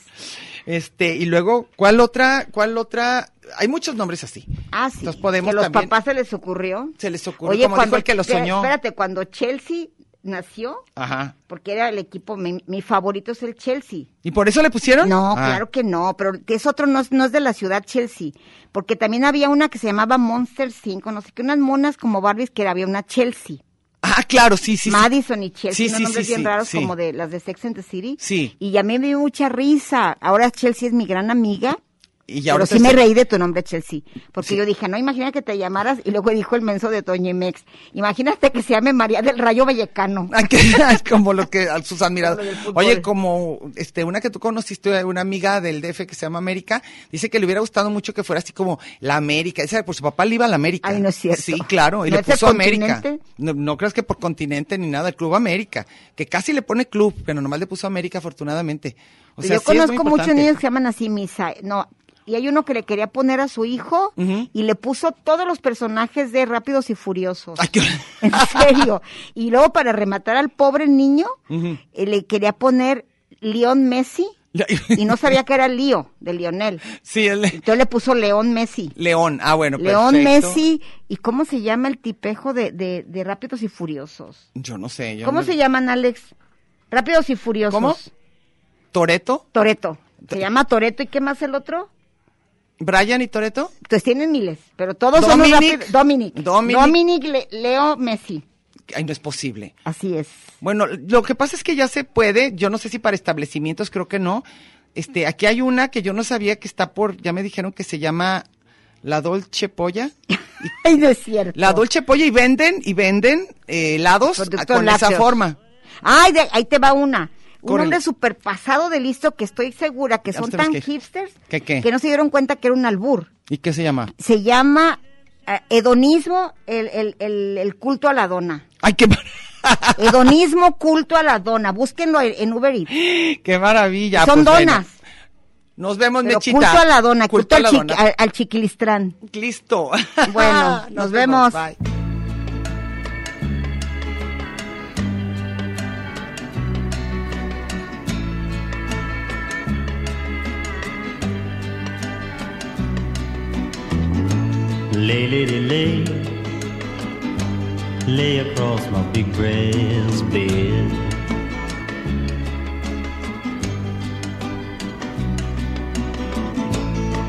[SPEAKER 3] Este, y luego, ¿cuál otra? ¿Cuál otra? Hay muchos nombres así.
[SPEAKER 4] Ah, sí.
[SPEAKER 3] Entonces podemos
[SPEAKER 4] que los
[SPEAKER 3] también-
[SPEAKER 4] papás se les ocurrió.
[SPEAKER 3] Se les ocurrió, como dijo el que lo
[SPEAKER 4] espera-
[SPEAKER 3] soñó.
[SPEAKER 4] Espérate, cuando Chelsea nació,
[SPEAKER 3] Ajá.
[SPEAKER 4] porque era el equipo, mi, mi favorito es el Chelsea.
[SPEAKER 3] ¿Y por eso le pusieron?
[SPEAKER 4] No,
[SPEAKER 3] Ah,
[SPEAKER 4] claro que no, pero es otro, no es, no es de la ciudad Chelsea, porque también había una que se llamaba Monster 5, no sé qué, unas monas como Barbies que había una Chelsea,
[SPEAKER 3] Ah, claro, sí, sí. sí.
[SPEAKER 4] Madison y Chelsea,
[SPEAKER 3] Sí,
[SPEAKER 4] unos
[SPEAKER 3] sí,
[SPEAKER 4] nombres
[SPEAKER 3] sí,
[SPEAKER 4] bien
[SPEAKER 3] sí,
[SPEAKER 4] raros
[SPEAKER 3] sí.
[SPEAKER 4] como de las de Sex and the City.
[SPEAKER 3] Sí.
[SPEAKER 4] Y a mí me dio mucha risa. Ahora Chelsea es mi gran amiga.
[SPEAKER 3] Y ya
[SPEAKER 4] Pero
[SPEAKER 3] ahorita
[SPEAKER 4] sí me
[SPEAKER 3] se-
[SPEAKER 4] reí de tu nombre, Chelsea. Porque yo dije, no, imagina que te llamaras. Y luego dijo el menso de Toño Mex, imagínate que se llame María del Rayo Vallecano.
[SPEAKER 3] Ah, que- como lo que a sus admiradores.
[SPEAKER 4] Como lo del fútbol.
[SPEAKER 3] Oye, como este una que tú conociste, una amiga del DF que se llama América, dice que le hubiera gustado mucho que fuera así como la América. Esa por su papá le iba a la América.
[SPEAKER 4] Ay, no es cierto.
[SPEAKER 3] Sí, claro, y
[SPEAKER 4] ¿No
[SPEAKER 3] le
[SPEAKER 4] es de
[SPEAKER 3] puso América.
[SPEAKER 4] continente?
[SPEAKER 3] No, no creas que por continente ni nada, el Club América, que casi le pone club, pero nomás le puso América afortunadamente. O sea,
[SPEAKER 4] yo
[SPEAKER 3] sí es muy
[SPEAKER 4] conozco muchos
[SPEAKER 3] importante.
[SPEAKER 4] niños que llaman así misa. No, y hay uno que le quería poner a su hijo
[SPEAKER 3] Ujú.
[SPEAKER 4] y le puso todos los personajes de Rápidos y Furiosos.
[SPEAKER 3] Ay, qué-
[SPEAKER 4] En serio. Y luego para rematar al pobre niño,
[SPEAKER 3] Ujú.
[SPEAKER 4] eh, le quería poner León Messi y no sabía que era Lío de Lionel.
[SPEAKER 3] Sí, el
[SPEAKER 4] Entonces le puso León Messi.
[SPEAKER 3] León. Ah, bueno,
[SPEAKER 4] León
[SPEAKER 3] perfecto.
[SPEAKER 4] Messi y cómo se llama el tipejo de, de, de Rápidos y Furiosos.
[SPEAKER 3] Yo no sé. Yo
[SPEAKER 4] ¿Cómo
[SPEAKER 3] no-
[SPEAKER 4] se llaman, Alex? Rápidos y Furiosos.
[SPEAKER 3] ¿Cómo? ¿Toreto?
[SPEAKER 4] Toreto. Se llama Toreto y ¿qué más el otro?
[SPEAKER 3] ¿Brian y Toreto?
[SPEAKER 4] Pues tienen miles, pero todos son
[SPEAKER 3] Dominic.
[SPEAKER 4] los rápidos. Dominic.
[SPEAKER 3] Dominic.
[SPEAKER 4] Dominic Le- Leo Messi.
[SPEAKER 3] Ay, no es posible.
[SPEAKER 4] Así es.
[SPEAKER 3] Bueno, lo que pasa es que ya se puede, yo no sé si para establecimientos, creo que no. Este, aquí hay una que yo no sabía que está por, ya me dijeron que se llama La Dolce Polla.
[SPEAKER 4] Ay, no es cierto.
[SPEAKER 3] La Dolce Polla y venden, y venden eh, helados a-
[SPEAKER 4] Productos
[SPEAKER 3] con esa
[SPEAKER 4] lácteos.
[SPEAKER 3] forma.
[SPEAKER 4] Ay, de- ahí te va una. Un
[SPEAKER 3] Córrele.
[SPEAKER 4] hombre súper pasado de listo que estoy segura que
[SPEAKER 3] Ya
[SPEAKER 4] son
[SPEAKER 3] sabes
[SPEAKER 4] tan
[SPEAKER 3] qué.
[SPEAKER 4] hipsters
[SPEAKER 3] ¿Qué, qué?
[SPEAKER 4] que no se dieron cuenta que era un albur.
[SPEAKER 3] ¿Y qué se llama?
[SPEAKER 4] Se llama eh, hedonismo, el, el- el- el culto a la dona.
[SPEAKER 3] Ay, qué, mar-
[SPEAKER 4] Hedonismo, culto a la dona. Búsquenlo en en Uber Eats.
[SPEAKER 3] qué maravilla.
[SPEAKER 4] son
[SPEAKER 3] pues, bueno.
[SPEAKER 4] donas.
[SPEAKER 3] Nos vemos,
[SPEAKER 4] pero
[SPEAKER 3] Mechita.
[SPEAKER 4] culto a la dona, culto,
[SPEAKER 3] Culto a la
[SPEAKER 4] al, chiqui-
[SPEAKER 3] dona.
[SPEAKER 4] al- al chiquilistrán.
[SPEAKER 3] Listo.
[SPEAKER 4] Bueno, nos vemos.
[SPEAKER 3] Bye.
[SPEAKER 5] Lay, lay, lay, lay, lay across my big brass bed.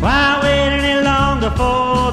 [SPEAKER 5] Why wait any longer for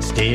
[SPEAKER 5] Stay,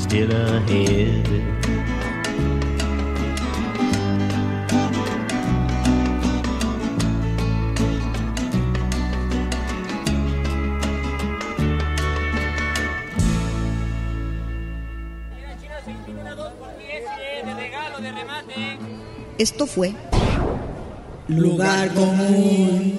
[SPEAKER 5] still ahead.
[SPEAKER 1] Esto fue
[SPEAKER 6] Lugar común.